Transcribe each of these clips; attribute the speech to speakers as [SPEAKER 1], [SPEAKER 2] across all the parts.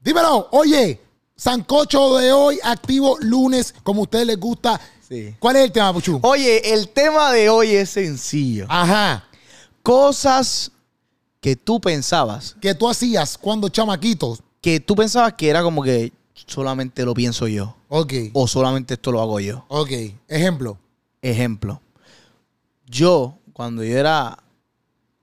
[SPEAKER 1] Dímelo, oye, Sancocho de hoy, activo lunes, como a ustedes les gusta.
[SPEAKER 2] Sí. Oh.
[SPEAKER 1] ¿Cuál es el tema, Puchu?
[SPEAKER 2] Oye, el tema de hoy es sencillo.
[SPEAKER 1] Ajá.
[SPEAKER 2] Cosas que tú pensabas,
[SPEAKER 1] ¿Qué tú hacías cuando chamaquitos?
[SPEAKER 2] que tú pensabas que era como que solamente lo pienso yo
[SPEAKER 1] Ok.
[SPEAKER 2] o solamente esto lo hago yo.
[SPEAKER 1] Ok. Ejemplo.
[SPEAKER 2] Ejemplo. Yo, cuando yo era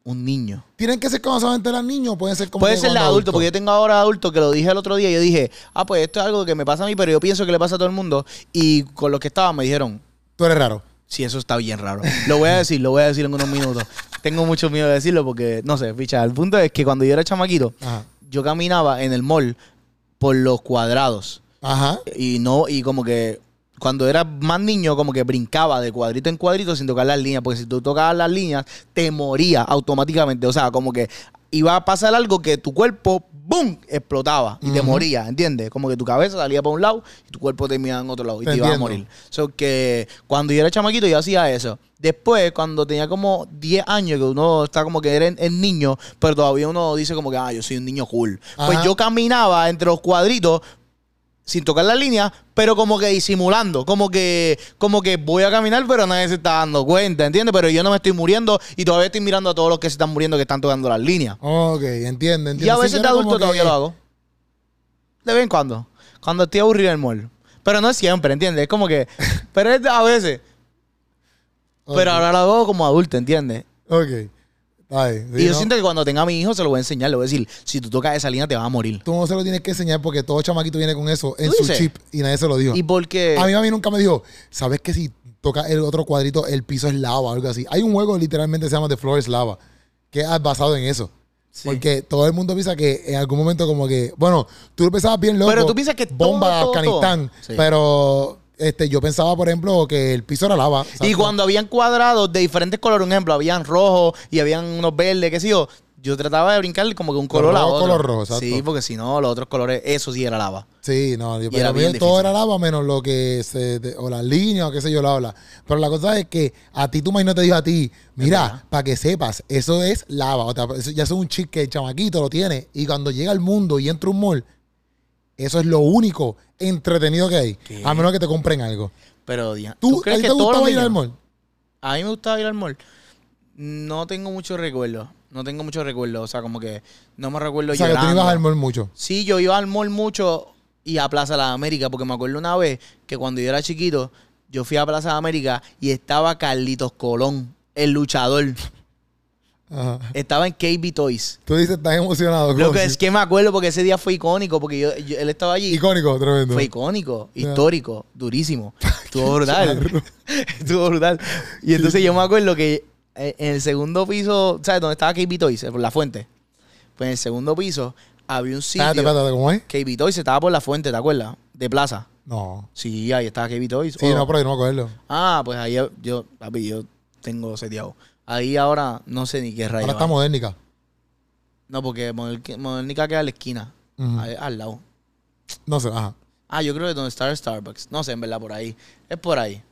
[SPEAKER 2] un niño,
[SPEAKER 1] ¿Tienen que ser cuando solamente eran niños o pueden ser como.
[SPEAKER 2] Puede
[SPEAKER 1] que
[SPEAKER 2] ser de
[SPEAKER 1] cuando
[SPEAKER 2] adulto, porque yo tengo ahora adulto que lo dije el otro día. Yo dije, ah, pues esto es algo que me pasa a mí, pero yo pienso que le pasa a todo el mundo. Y con los que estaban me dijeron,
[SPEAKER 1] Tú eres raro.
[SPEAKER 2] sí, eso está bien raro. Lo voy a decir, lo voy a decir en unos minutos. tengo mucho miedo de decirlo porque, no sé, ficha. El punto es que cuando yo era chamaquito,
[SPEAKER 1] Ajá.
[SPEAKER 2] yo caminaba en el mall por los cuadrados.
[SPEAKER 1] Ajá.
[SPEAKER 2] Y no, y como que cuando era más niño, como que brincaba de cuadrito en cuadrito sin tocar las líneas. Porque si tú tocabas las líneas, te moría automáticamente. O sea, como que iba a pasar algo que tu cuerpo, ¡boom! explotaba y te moría, ¿entiendes? Como que tu cabeza salía para un lado y tu cuerpo terminaba en otro lado y
[SPEAKER 1] Te
[SPEAKER 2] te, ibas a
[SPEAKER 1] entiendo.
[SPEAKER 2] morir. So que cuando yo era chamaquito, yo hacía eso. Después, cuando tenía como 10 años, que uno está como que era en- es niño, pero todavía uno dice como que, ah, yo soy un niño cool. Pues
[SPEAKER 1] Ajá.
[SPEAKER 2] yo caminaba entre los cuadritos, sin tocar la línea, pero como que disimulando, como que como que voy a caminar, pero nadie se está dando cuenta, ¿entiendes? Pero yo no me estoy muriendo y todavía estoy mirando a todos los que se están muriendo que están tocando las líneas.
[SPEAKER 1] Ok, entiendo, entiendo.
[SPEAKER 2] y a
[SPEAKER 1] Sí,
[SPEAKER 2] veces
[SPEAKER 1] yo
[SPEAKER 2] de
[SPEAKER 1] era
[SPEAKER 2] adulto
[SPEAKER 1] como que-
[SPEAKER 2] todavía lo hago. De vez en cuando, cuando estoy aburrido en el mall. Pero no siempre, ¿entiendes? Es como que pero es a veces,
[SPEAKER 1] Ok,
[SPEAKER 2] pero ahora lo hago como adulto, ¿entiendes?
[SPEAKER 1] Ok. Está bien, sí,
[SPEAKER 2] y yo
[SPEAKER 1] no,
[SPEAKER 2] siento que cuando tenga a mi hijo se lo voy a enseñar, le voy a decir, si tú tocas esa línea te vas a morir.
[SPEAKER 1] Tú no se lo tienes que enseñar porque todo chamaquito viene con eso en
[SPEAKER 2] ¿Tú
[SPEAKER 1] su
[SPEAKER 2] dices?
[SPEAKER 1] chip y nadie se lo dijo.
[SPEAKER 2] Y porque
[SPEAKER 1] A mí mami nunca me dijo, ¿sabes que si toca el otro cuadrito, el piso es lava o algo así? Hay un juego literalmente que se llama The Floor is Lava, que es basado en eso.
[SPEAKER 2] Sí.
[SPEAKER 1] Porque todo el mundo piensa que en algún momento como que, bueno, tú lo pensabas bien loco.
[SPEAKER 2] Pero tú piensas que
[SPEAKER 1] bomba
[SPEAKER 2] todo, todo,
[SPEAKER 1] Afganistán,
[SPEAKER 2] todo. Sí.
[SPEAKER 1] pero este yo pensaba, por ejemplo, que el piso era lava.
[SPEAKER 2] Y
[SPEAKER 1] ¿sabes?
[SPEAKER 2] cuando habían cuadrados de diferentes colores, un ejemplo, habían rojos y habían unos verdes, qué sé yo, yo trataba de brincar como que un
[SPEAKER 1] Color
[SPEAKER 2] color a
[SPEAKER 1] rojo,
[SPEAKER 2] otro.
[SPEAKER 1] color rojo, exacto.
[SPEAKER 2] Sí, porque si no, los otros colores, eso sí era lava.
[SPEAKER 1] Sí, no, yo,
[SPEAKER 2] Y era
[SPEAKER 1] para mí
[SPEAKER 2] bien
[SPEAKER 1] todo
[SPEAKER 2] difícil.
[SPEAKER 1] era lava menos lo que se, te- o las líneas o qué sé yo, la habla. Pero la cosa es que a ti tu maíz no te dijo a ti, mira, para que sepas, eso es lava. O sea, eso ya es un chip que el chamaquito lo tiene. Y cuando llega al mundo y entra un mall, eso es lo único entretenido que hay.
[SPEAKER 2] ¿Qué?
[SPEAKER 1] A menos que te compren algo.
[SPEAKER 2] Pero, Diana,
[SPEAKER 1] ¿Tú,
[SPEAKER 2] ¿tú,
[SPEAKER 1] ¿A
[SPEAKER 2] crees
[SPEAKER 1] ti
[SPEAKER 2] que
[SPEAKER 1] te
[SPEAKER 2] todos los
[SPEAKER 1] gustaba ir al
[SPEAKER 2] niños-
[SPEAKER 1] mall?
[SPEAKER 2] A mí me gustaba ir al mall. No tengo muchos recuerdos. No tengo muchos recuerdos. O sea, como que no me recuerdo
[SPEAKER 1] O sea, que tú no
[SPEAKER 2] llorando.
[SPEAKER 1] ibas al mall mucho.
[SPEAKER 2] Sí, yo iba al mall mucho y a Plaza de las Américas, porque me acuerdo una vez que cuando yo era chiquito, yo fui a Plaza de las Américas y estaba Carlitos Colón, el luchador.
[SPEAKER 1] Ajá.
[SPEAKER 2] Estaba en KB Toys.
[SPEAKER 1] Tú dices, estás emocionado.
[SPEAKER 2] Lo
[SPEAKER 1] Cosi.
[SPEAKER 2] que es que me acuerdo porque ese día fue icónico, porque yo, yo- él estaba allí.
[SPEAKER 1] Icónico, tremendo.
[SPEAKER 2] Fue icónico,
[SPEAKER 1] Ya.
[SPEAKER 2] histórico, durísimo. Estuvo brutal. Estuvo brutal. Y entonces yo me acuerdo que eh, en el segundo piso, ¿sabes dónde estaba KB Toys? Eh, Por la fuente. Pues en el segundo piso había un sitio.
[SPEAKER 1] Espérate, espérate, ¿cómo es?
[SPEAKER 2] KB Toys estaba por la fuente, ¿te acuerdas? De plaza.
[SPEAKER 1] No.
[SPEAKER 2] Sí, ahí estaba KB Toys.
[SPEAKER 1] Sí,
[SPEAKER 2] O-
[SPEAKER 1] no, pero yo no me acuerdo.
[SPEAKER 2] Ah, pues ahí yo, papi, yo tengo seteado. Ahí ahora no sé ni qué rayo.
[SPEAKER 1] Ahora está
[SPEAKER 2] hay.
[SPEAKER 1] modernica.
[SPEAKER 2] No, porque Moderni- Modernica queda en la esquina,
[SPEAKER 1] Ujú.
[SPEAKER 2] ahí al lado.
[SPEAKER 1] No sé, ajá.
[SPEAKER 2] Ah, yo creo que donde está el Starbucks. No sé, en verdad, por ahí. Es por ahí.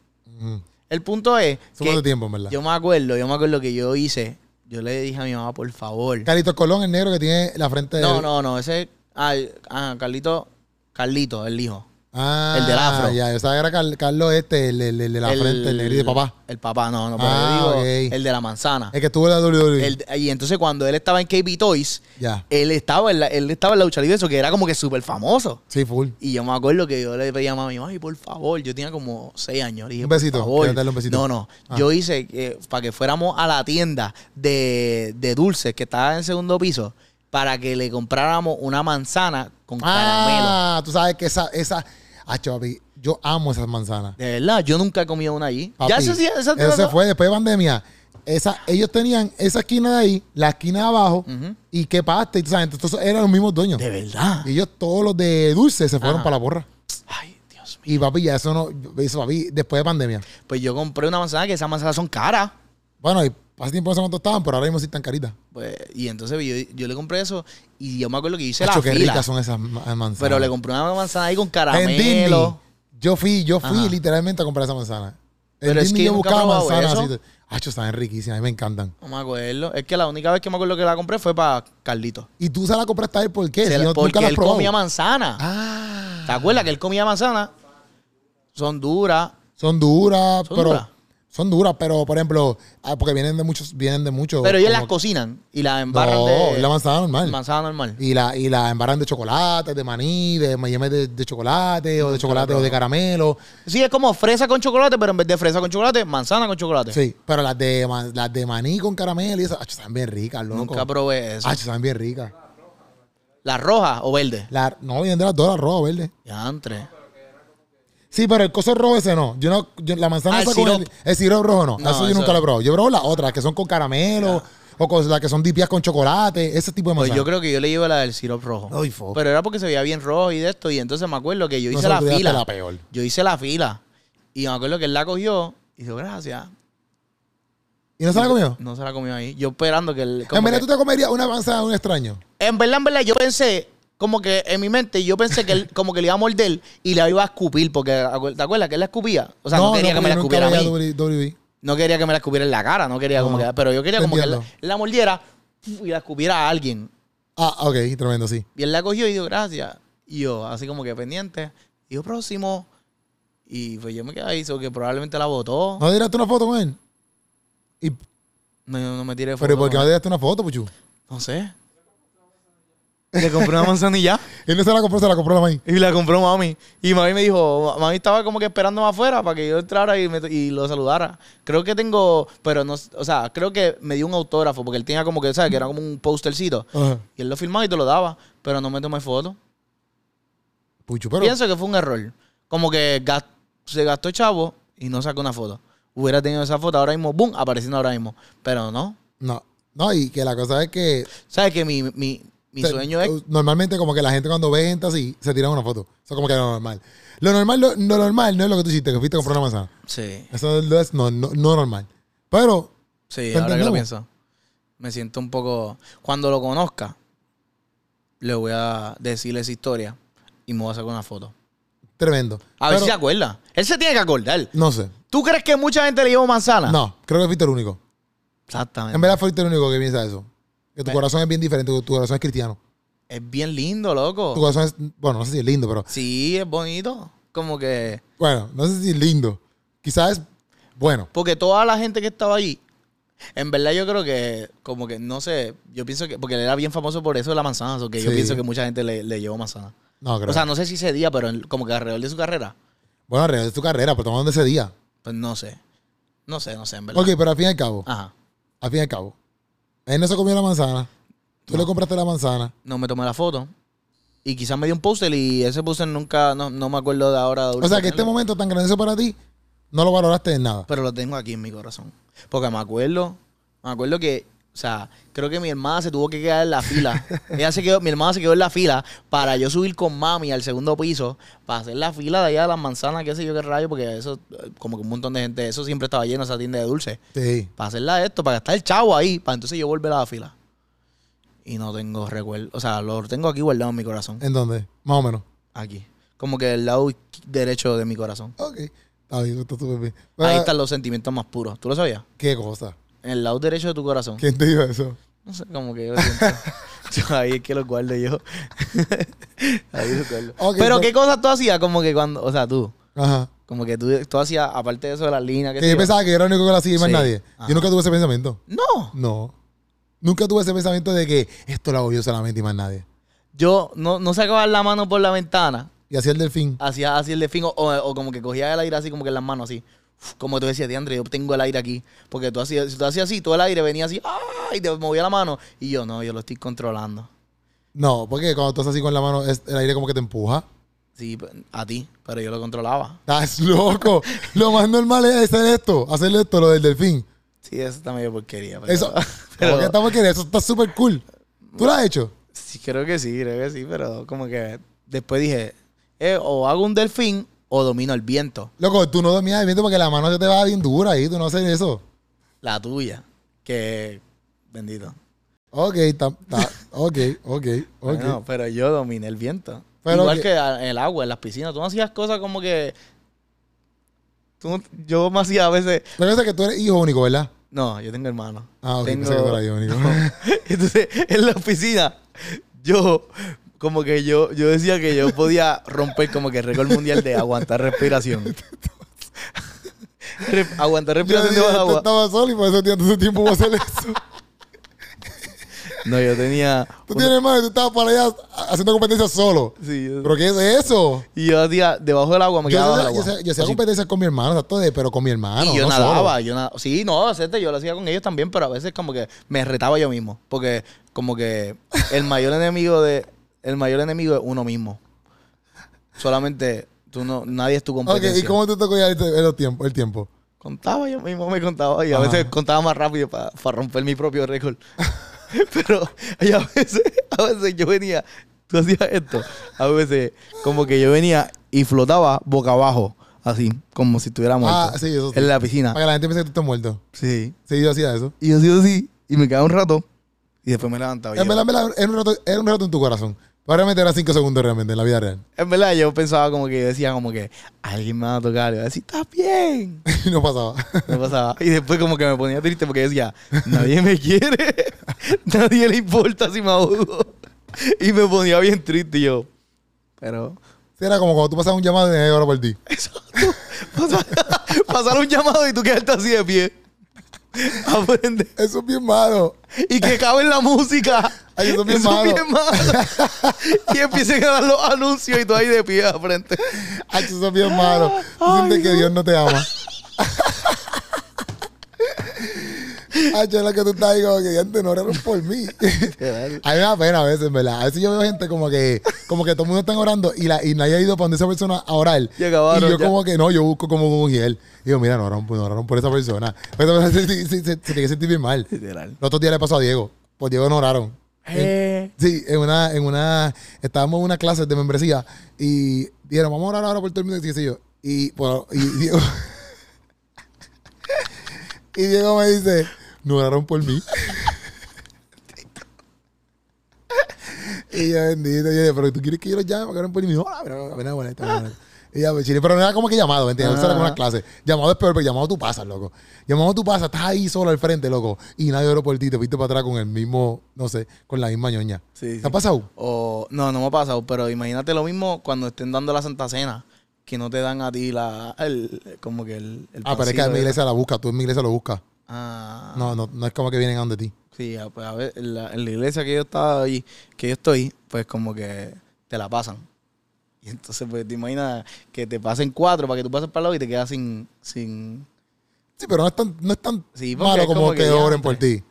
[SPEAKER 1] Ujú.
[SPEAKER 2] El punto es
[SPEAKER 1] Hace
[SPEAKER 2] que
[SPEAKER 1] mucho tiempo, en verdad.
[SPEAKER 2] yo me acuerdo, yo me acuerdo que yo hice, yo le dije a mi mamá, por favor.
[SPEAKER 1] Carlitos Colón, el negro que tiene la frente.
[SPEAKER 2] No,
[SPEAKER 1] del-
[SPEAKER 2] no, no, ese, ah, ah, Carlito, Carlito, el hijo.
[SPEAKER 1] Ah,
[SPEAKER 2] El del afro.
[SPEAKER 1] Ya, yo sabía que era Car- Carlos este, el, el- el de la frente, el negrito de papá.
[SPEAKER 2] El papá, no, no, pero
[SPEAKER 1] Ah,
[SPEAKER 2] yo digo,
[SPEAKER 1] ok.
[SPEAKER 2] el de la manzana.
[SPEAKER 1] El que estuvo en la WWE.
[SPEAKER 2] Ah. El- y entonces cuando él estaba en KB Toys,
[SPEAKER 1] ya.
[SPEAKER 2] él estaba en la, él estaba en la lucha libre, eso que era como que súper famoso.
[SPEAKER 1] Sí, full.
[SPEAKER 2] Y yo me acuerdo que yo le pedí a mami, mami, por favor, yo tenía como seis años. Le dije,
[SPEAKER 1] Un besito,
[SPEAKER 2] por favor.
[SPEAKER 1] quiero darle un besito.
[SPEAKER 2] No, no.
[SPEAKER 1] Ah.
[SPEAKER 2] Yo hice que para que fuéramos a la tienda de, de dulces que estaba en el segundo piso para que le compráramos una manzana con caramelo.
[SPEAKER 1] Ah, tú sabes que esa, esa. Ah, papi, yo amo esas manzanas.
[SPEAKER 2] De verdad, yo nunca he comido una allí.
[SPEAKER 1] Papi,
[SPEAKER 2] ya eso sí, esa
[SPEAKER 1] eso se fue después de pandemia. Esa, ellos tenían esa esquina de ahí, la esquina de abajo,
[SPEAKER 2] Ujú.
[SPEAKER 1] y qué pasta, y tú sabes, entonces eran los mismos dueños.
[SPEAKER 2] De verdad.
[SPEAKER 1] Y ellos, todos los de dulce, se fueron
[SPEAKER 2] Ajá.
[SPEAKER 1] para la porra.
[SPEAKER 2] Ay, Dios mío.
[SPEAKER 1] Y papi, ya eso no, eso papi, después de pandemia.
[SPEAKER 2] Pues yo compré una manzana que esas manzanas son caras.
[SPEAKER 1] Bueno, y hace tiempo no sé cuánto estaban, pero ahora mismo sí están caritas.
[SPEAKER 2] Pues, y entonces yo, yo le compré eso y yo me acuerdo que hice
[SPEAKER 1] Hacho,
[SPEAKER 2] la
[SPEAKER 1] qué
[SPEAKER 2] fila.
[SPEAKER 1] ricas son esas ma- manzanas.
[SPEAKER 2] Pero le compré una manzana ahí con
[SPEAKER 1] En Disney,
[SPEAKER 2] caramelo.
[SPEAKER 1] yo fui, yo fui
[SPEAKER 2] Ajá.
[SPEAKER 1] literalmente a comprar esa manzana. En
[SPEAKER 2] Pero es
[SPEAKER 1] Disney
[SPEAKER 2] que
[SPEAKER 1] yo
[SPEAKER 2] nunca he
[SPEAKER 1] buscaba
[SPEAKER 2] probado
[SPEAKER 1] manzanas
[SPEAKER 2] eso.
[SPEAKER 1] así. Hacho, saben riquísimas, a mí me encantan.
[SPEAKER 2] No me acuerdo. Es que la única vez que me acuerdo que la compré fue para Carlito.
[SPEAKER 1] ¿Y tú se la compraste a él por qué?
[SPEAKER 2] Se
[SPEAKER 1] Si
[SPEAKER 2] la-
[SPEAKER 1] no-
[SPEAKER 2] porque
[SPEAKER 1] nunca la has
[SPEAKER 2] él
[SPEAKER 1] probado.
[SPEAKER 2] comía manzana.
[SPEAKER 1] Ah,
[SPEAKER 2] ¿Te acuerdas que él comía manzana? Son duras.
[SPEAKER 1] son duras,
[SPEAKER 2] Son
[SPEAKER 1] pero
[SPEAKER 2] duras.
[SPEAKER 1] son duras, pero por ejemplo, ah, porque vienen de muchos, vienen de muchos.
[SPEAKER 2] Pero ellos
[SPEAKER 1] como-
[SPEAKER 2] las cocinan y las embarran
[SPEAKER 1] No,
[SPEAKER 2] de
[SPEAKER 1] la manzana normal.
[SPEAKER 2] manzana normal.
[SPEAKER 1] Y la, y la embarran de chocolate, de maní, de mayonesa de, de chocolate, o de chocolate o de caramelo.
[SPEAKER 2] Sí, es como fresa con chocolate, pero en vez de fresa con chocolate, manzana con chocolate.
[SPEAKER 1] Sí, pero las de, ma- las de maní con caramelo y esas, acho, están bien ricas, loco.
[SPEAKER 2] Nunca probé eso.
[SPEAKER 1] Acho, están bien ricas.
[SPEAKER 2] ¿La roja o verde?
[SPEAKER 1] La- no, vienen de las dos, la roja, verde.
[SPEAKER 2] Ya entre.
[SPEAKER 1] Sí, pero el coso rojo ese no. Yo no yo- la manzana
[SPEAKER 2] Ah,
[SPEAKER 1] esa
[SPEAKER 2] el
[SPEAKER 1] con el,
[SPEAKER 2] sirope.
[SPEAKER 1] el sirope rojo no.
[SPEAKER 2] No,
[SPEAKER 1] eso yo
[SPEAKER 2] eso
[SPEAKER 1] nunca lo
[SPEAKER 2] no.
[SPEAKER 1] he probado. Yo he probado las otras, que son con caramelo, o con las que son dipias con chocolate, ese tipo de
[SPEAKER 2] Pues
[SPEAKER 1] manzana.
[SPEAKER 2] yo creo que yo le llevo la del sirope rojo.
[SPEAKER 1] Ay, fo.
[SPEAKER 2] Pero era porque se veía bien rojo y de esto. Y entonces me acuerdo que yo
[SPEAKER 1] No
[SPEAKER 2] hice
[SPEAKER 1] se
[SPEAKER 2] la
[SPEAKER 1] lo tiraste
[SPEAKER 2] fila.
[SPEAKER 1] la peor.
[SPEAKER 2] Yo hice la fila. Y me acuerdo que él la cogió y dijo, gracias.
[SPEAKER 1] ¿Y no se la comió?
[SPEAKER 2] No se la comió ahí. Yo esperando que él. como
[SPEAKER 1] En verdad,
[SPEAKER 2] que-
[SPEAKER 1] tú te comerías una manzana de un extraño.
[SPEAKER 2] En verdad, en verdad, yo pensé, como que en mi mente, yo pensé que él, como que le iba a morder y la iba a escupir, porque ¿te acuerdas que él la escupía? O sea, no, quería que me la
[SPEAKER 1] porque yo
[SPEAKER 2] escupiera a
[SPEAKER 1] nunca
[SPEAKER 2] mí.
[SPEAKER 1] veía W- E. WB.
[SPEAKER 2] No quería que me la escupiera en la cara, no quería como
[SPEAKER 1] No,
[SPEAKER 2] que. Pero yo quería
[SPEAKER 1] te
[SPEAKER 2] como que él,
[SPEAKER 1] entiendo.
[SPEAKER 2] él la mordiera y la escupiera a alguien.
[SPEAKER 1] Ah, ok, tremendo, sí.
[SPEAKER 2] Y él la cogió y dijo, gracias. Y yo, así como que pendiente. Y yo, próximo. Y pues yo me quedé ahí, so que probablemente la botó.
[SPEAKER 1] ¿No tiraste una foto con él? Y-
[SPEAKER 2] No, no me tiré foto.
[SPEAKER 1] pero ¿por qué no tiraste una foto, Puchu?
[SPEAKER 2] No sé. Le compré una manzanilla.
[SPEAKER 1] Él no se la compró, se la compró la maíz.
[SPEAKER 2] Y la compró mami. Y mami me dijo, mami estaba como que esperándome afuera para que yo entrara y, me to- y lo saludara. Creo que tengo, pero no, s- o sea, creo que me dio un autógrafo porque él tenía como que, ¿sabes? Que era como un postercito.
[SPEAKER 1] Ajá.
[SPEAKER 2] Y él lo filmaba y te lo daba, pero no me tomé foto.
[SPEAKER 1] Puchu, pero.
[SPEAKER 2] Pienso que fue un error. Como que gas- se gastó chavo y no sacó una foto. Hubiera tenido esa foto ahora mismo, boom, apareciendo ahora mismo. Pero no.
[SPEAKER 1] No. No, y que la cosa es que.
[SPEAKER 2] ¿Sabes que mi, mi, mi
[SPEAKER 1] se-
[SPEAKER 2] sueño es...
[SPEAKER 1] Normalmente, como que la gente cuando ve gente así, se tiran una foto. Eso como que es lo normal. Lo normal, lo, lo normal no es lo que tú hiciste, que fuiste a comprar una manzana.
[SPEAKER 2] Sí,
[SPEAKER 1] Eso no es no, no, no normal. Pero,
[SPEAKER 2] sí,
[SPEAKER 1] ¿Te
[SPEAKER 2] ahora que lo
[SPEAKER 1] entendemos?
[SPEAKER 2] pienso. Me siento un poco... Cuando lo conozca, le voy a decir esa historia y me voy a sacar una foto.
[SPEAKER 1] tremendo.
[SPEAKER 2] A ver
[SPEAKER 1] Pero,
[SPEAKER 2] si se acuerda. Él se tiene que acordar.
[SPEAKER 1] No sé.
[SPEAKER 2] ¿Tú crees que mucha gente le llevó manzana?
[SPEAKER 1] No, creo que fuiste el único.
[SPEAKER 2] Exactamente.
[SPEAKER 1] En verdad, fuiste el único que piensa eso. Que tu
[SPEAKER 2] Ve.
[SPEAKER 1] corazón es bien diferente, tu, tu corazón es cristiano.
[SPEAKER 2] Es bien lindo, loco.
[SPEAKER 1] Tu corazón es, bueno, no sé si es lindo, pero.
[SPEAKER 2] Sí, es bonito. Como que...
[SPEAKER 1] Bueno, no sé si es lindo. Quizás es bueno.
[SPEAKER 2] Porque toda la gente que estaba allí, en verdad yo creo que, como que, no sé, yo pienso que, porque él era bien famoso por eso de la manzana, so que yo
[SPEAKER 1] Sí.
[SPEAKER 2] pienso que mucha gente le, le llevó manzana.
[SPEAKER 1] No, creo.
[SPEAKER 2] O sea, no sé si ese día, pero en- como que alrededor de su carrera,
[SPEAKER 1] bueno, alrededor de tu carrera, pero tomando ese día.
[SPEAKER 2] pues no sé. No sé, no sé, en verdad.
[SPEAKER 1] Ok, pero al fin y al cabo,
[SPEAKER 2] Ajá.
[SPEAKER 1] al fin y al cabo, él no se comió la manzana. Tú le compraste la manzana.
[SPEAKER 2] No me tomé la foto. Y quizás me dio un póster y ese póster nunca, no, no me acuerdo de ahora. de
[SPEAKER 1] O sea, que este
[SPEAKER 2] tenerlo,
[SPEAKER 1] momento tan grandioso para ti, no lo valoraste en nada.
[SPEAKER 2] Pero lo tengo aquí en mi corazón. Porque me acuerdo, me acuerdo que, o sea, creo que mi hermana se tuvo que quedar en la fila. Ella se quedó, mi hermana se quedó en la fila para yo subir con mami al segundo piso para hacer la fila de allá de las manzanas, qué sé yo qué rayo, porque eso, eh, como que un montón de gente, eso siempre estaba lleno esa tienda de dulces.
[SPEAKER 1] Sí.
[SPEAKER 2] Para hacerla esto, para gastar el chavo ahí, para entonces yo volver a la fila. Y no tengo recuerdo, o sea, lo tengo aquí guardado en mi corazón,
[SPEAKER 1] ¿En dónde? Más o menos.
[SPEAKER 2] aquí. Como que el lado izqui- derecho de mi corazón.
[SPEAKER 1] Ok. Está bien, está súper bien.
[SPEAKER 2] Ahí
[SPEAKER 1] Ah,
[SPEAKER 2] están los sentimientos más puros. ¿Tú lo sabías?
[SPEAKER 1] ¿Qué cosa?
[SPEAKER 2] En el lado derecho de tu corazón.
[SPEAKER 1] ¿Quién te dijo eso?
[SPEAKER 2] No sé, como que yo lo siento. Yo ahí es que lo guardo yo. ahí lo guardo.
[SPEAKER 1] Ok, pues-
[SPEAKER 2] pero,
[SPEAKER 1] pero-
[SPEAKER 2] qué cosas tú hacías como que cuando, o sea, tú,
[SPEAKER 1] Ajá.
[SPEAKER 2] como que tú, tú hacías, aparte de eso de las líneas que
[SPEAKER 1] Que yo pensaba que era el único que lo hacía y más
[SPEAKER 2] Sí.
[SPEAKER 1] nadie.
[SPEAKER 2] Ajá.
[SPEAKER 1] Yo nunca tuve ese pensamiento.
[SPEAKER 2] No,
[SPEAKER 1] No. Nunca tuve ese pensamiento de que esto lo hago yo solamente y más nadie.
[SPEAKER 2] yo no, no sacaba la mano por la ventana,
[SPEAKER 1] Y así el delfín.
[SPEAKER 2] hacía así el de fin, o, o como que cogía el aire así como que en las manos así. Uf, Como tú decías, André, yo tengo el aire aquí. Porque tú hacías, si tú hacías así, todo el aire venía así, ¡ah! y te movía la mano. Y yo, no, yo lo estoy controlando.
[SPEAKER 1] No, porque cuando estás así con la mano, es- el aire como que te empuja.
[SPEAKER 2] Sí, pues, a ti, pero yo lo controlaba.
[SPEAKER 1] Estás loco. lo más normal es hacer esto, hacer esto, lo del delfín.
[SPEAKER 2] Sí, eso está medio porquería. pero-
[SPEAKER 1] Eso,
[SPEAKER 2] pero-
[SPEAKER 1] ¿cómo que estamos queriendo? Eso está súper cool. ¿Tú lo has hecho?
[SPEAKER 2] Sí, creo que sí, creo que sí, pero como que después dije, eh, o hago un delfín o domino el viento,
[SPEAKER 1] Loco, tú no dominas el viento porque la mano se te va bien dura ahí, tú no haces eso.
[SPEAKER 2] la tuya, que bendito.
[SPEAKER 1] Ok, ta- ta- ok, ok, ok.
[SPEAKER 2] Bueno, pero yo dominé el viento.
[SPEAKER 1] Pero
[SPEAKER 2] Igual
[SPEAKER 1] que-
[SPEAKER 2] que... a- el agua, en las piscinas, tú no hacías cosas como que Tú no- yo me hacía a veces.
[SPEAKER 1] Pero es que tú eres hijo único, ¿verdad?
[SPEAKER 2] No, yo tengo hermanos.
[SPEAKER 1] Ah, ok,
[SPEAKER 2] Tengo-
[SPEAKER 1] pensé que tú eras hijo único.
[SPEAKER 2] Entonces, en la oficina, yo. Como que yo, yo decía que yo podía romper como que el récord mundial de aguantar respiración. Re- aguantar
[SPEAKER 1] Yo
[SPEAKER 2] respiración
[SPEAKER 1] dije,
[SPEAKER 2] debajo del
[SPEAKER 1] "Tú
[SPEAKER 2] agua.
[SPEAKER 1] estabas solo y por eso tienes tu tiempo para hacer eso.
[SPEAKER 2] No, yo tenía.
[SPEAKER 1] Tú
[SPEAKER 2] una-
[SPEAKER 1] tienes hermano y tú estabas para allá haciendo competencias solo.
[SPEAKER 2] Sí, yo-
[SPEAKER 1] ¿Pero qué es eso?
[SPEAKER 2] Y yo hacía debajo del agua, me
[SPEAKER 1] Yo
[SPEAKER 2] quedaba
[SPEAKER 1] hacía,
[SPEAKER 2] debajo del
[SPEAKER 1] yo
[SPEAKER 2] agua.
[SPEAKER 1] hacía- yo hacía
[SPEAKER 2] Así.
[SPEAKER 1] competencias con mi hermano, exacto, de- pero con mi hermano.
[SPEAKER 2] Y
[SPEAKER 1] Ah,
[SPEAKER 2] yo
[SPEAKER 1] no solo.
[SPEAKER 2] nadaba, yo nadaba. Sí, no, acepta, yo lo hacía con ellos también, pero a veces como que me retaba yo mismo. Porque como que el mayor enemigo de. El mayor enemigo es uno mismo. Solamente tú no, nadie es tu
[SPEAKER 1] Ok,
[SPEAKER 2] competencia.
[SPEAKER 1] ¿y cómo te tocó ya el, el tiempo, el tiempo?
[SPEAKER 2] Contaba yo mismo, me contaba. Y a
[SPEAKER 1] Ajá.
[SPEAKER 2] veces contaba más rápido para romper mi propio récord. Pero y a veces, a veces yo venía, tú hacías esto, a veces como que yo venía y flotaba boca abajo, así, como si estuviera muerto.
[SPEAKER 1] Ah, sí, eso sí.
[SPEAKER 2] En la piscina.
[SPEAKER 1] Para que la gente piense que tú estás muerto.
[SPEAKER 2] Sí.
[SPEAKER 1] Sí, yo hacía eso.
[SPEAKER 2] Y yo hacía así, y me quedaba un rato, y después me levantaba. y
[SPEAKER 1] En
[SPEAKER 2] yo-
[SPEAKER 1] verdad, en verdad, era un rato, era un rato en tu corazón. Pero realmente era cinco segundos realmente en la vida real.
[SPEAKER 2] en verdad, yo pensaba como que, yo decía como que, alguien me va a tocar, y yo decía, estás bien.
[SPEAKER 1] Y no pasaba.
[SPEAKER 2] Me pasaba. Y después como que me ponía triste porque decía, nadie me quiere, nadie le importa si me ahogo. Y me ponía bien triste y yo. Pero
[SPEAKER 1] Sí, era como cuando tú pasabas un llamado de ahora por ti.
[SPEAKER 2] eso, tú, pasa- pasar un llamado y tú quedarte así de pie. Aprende.
[SPEAKER 1] Eso es bien malo.
[SPEAKER 2] Y que acabe la música.
[SPEAKER 1] Ay, eso es bien malo.
[SPEAKER 2] malo. Y empiecen a dar los anuncios y tú ahí de pie al frente.
[SPEAKER 1] Ay, eso es bien malo. Tú
[SPEAKER 2] Ay,
[SPEAKER 1] sientes que
[SPEAKER 2] no.
[SPEAKER 1] Dios no te ama. Ay, es la que tú estás ahí como que ya no oraron por mí. A mí me da pena a veces, ¿verdad? A veces yo veo gente como que, como que todo el mundo está orando y, la, y nadie ha ido para donde esa persona a orar.
[SPEAKER 2] Y acabaron
[SPEAKER 1] yo
[SPEAKER 2] ya.
[SPEAKER 1] como que no, yo busco como un giel. Digo, mira, no oraron, por- no oraron por esa persona. Pero esa persona se, se, se- se tiene que sentir bien mal.
[SPEAKER 2] Literal.
[SPEAKER 1] Los otros días le pasó a Diego. Pues Diego no oraron.
[SPEAKER 2] Eh.
[SPEAKER 1] Sí, en una, en una, estábamos en una clase de membresía y dijeron, vamos a orar ahora por todo el mundo, y qué sé yo. Y, por- y Diego, y Diego me dice, no oraron por mí. y yo, bendito, yo dije, pero tú quieres que yo los llame, que oraron por mí. Y me dijo, "Ah, pero, pero, bueno, está bien, bueno". Y ya, pues, chile, pero no era como que llamado, ¿entiendes? Eso era como una clase. Llamado es peor, pero llamado tú pasas, loco. Llamado tú pasas, estás ahí solo al frente, loco. Y nadie oró por ti, te fuiste para atrás con el mismo, no sé, con la misma ñoña.
[SPEAKER 2] Sí, sí.
[SPEAKER 1] ¿Te ha pasado?
[SPEAKER 2] O, no, no me ha pasado, pero imagínate lo mismo cuando estén dando la Santa Cena, que no te dan a ti la, el, como que el, el
[SPEAKER 1] Ah, pero es que
[SPEAKER 2] pancito
[SPEAKER 1] en mi
[SPEAKER 2] de-
[SPEAKER 1] iglesia la busca, tú en mi iglesia lo buscas.
[SPEAKER 2] Ah,
[SPEAKER 1] No, no, no es como que vienen a donde ti.
[SPEAKER 2] Sí, ah, pues a ver, en la, en la iglesia que yo estaba ahí, que yo estoy, pues como que te la pasan. Y entonces, pues te imaginas que te pasen cuatro para que tú pases para el lado y te quedas sin, sin...
[SPEAKER 1] Sí, pero no es tan, no es tan
[SPEAKER 2] Sí, porque
[SPEAKER 1] malo
[SPEAKER 2] es
[SPEAKER 1] como,
[SPEAKER 2] como
[SPEAKER 1] que,
[SPEAKER 2] que ya
[SPEAKER 1] oren por
[SPEAKER 2] antes.
[SPEAKER 1] ti.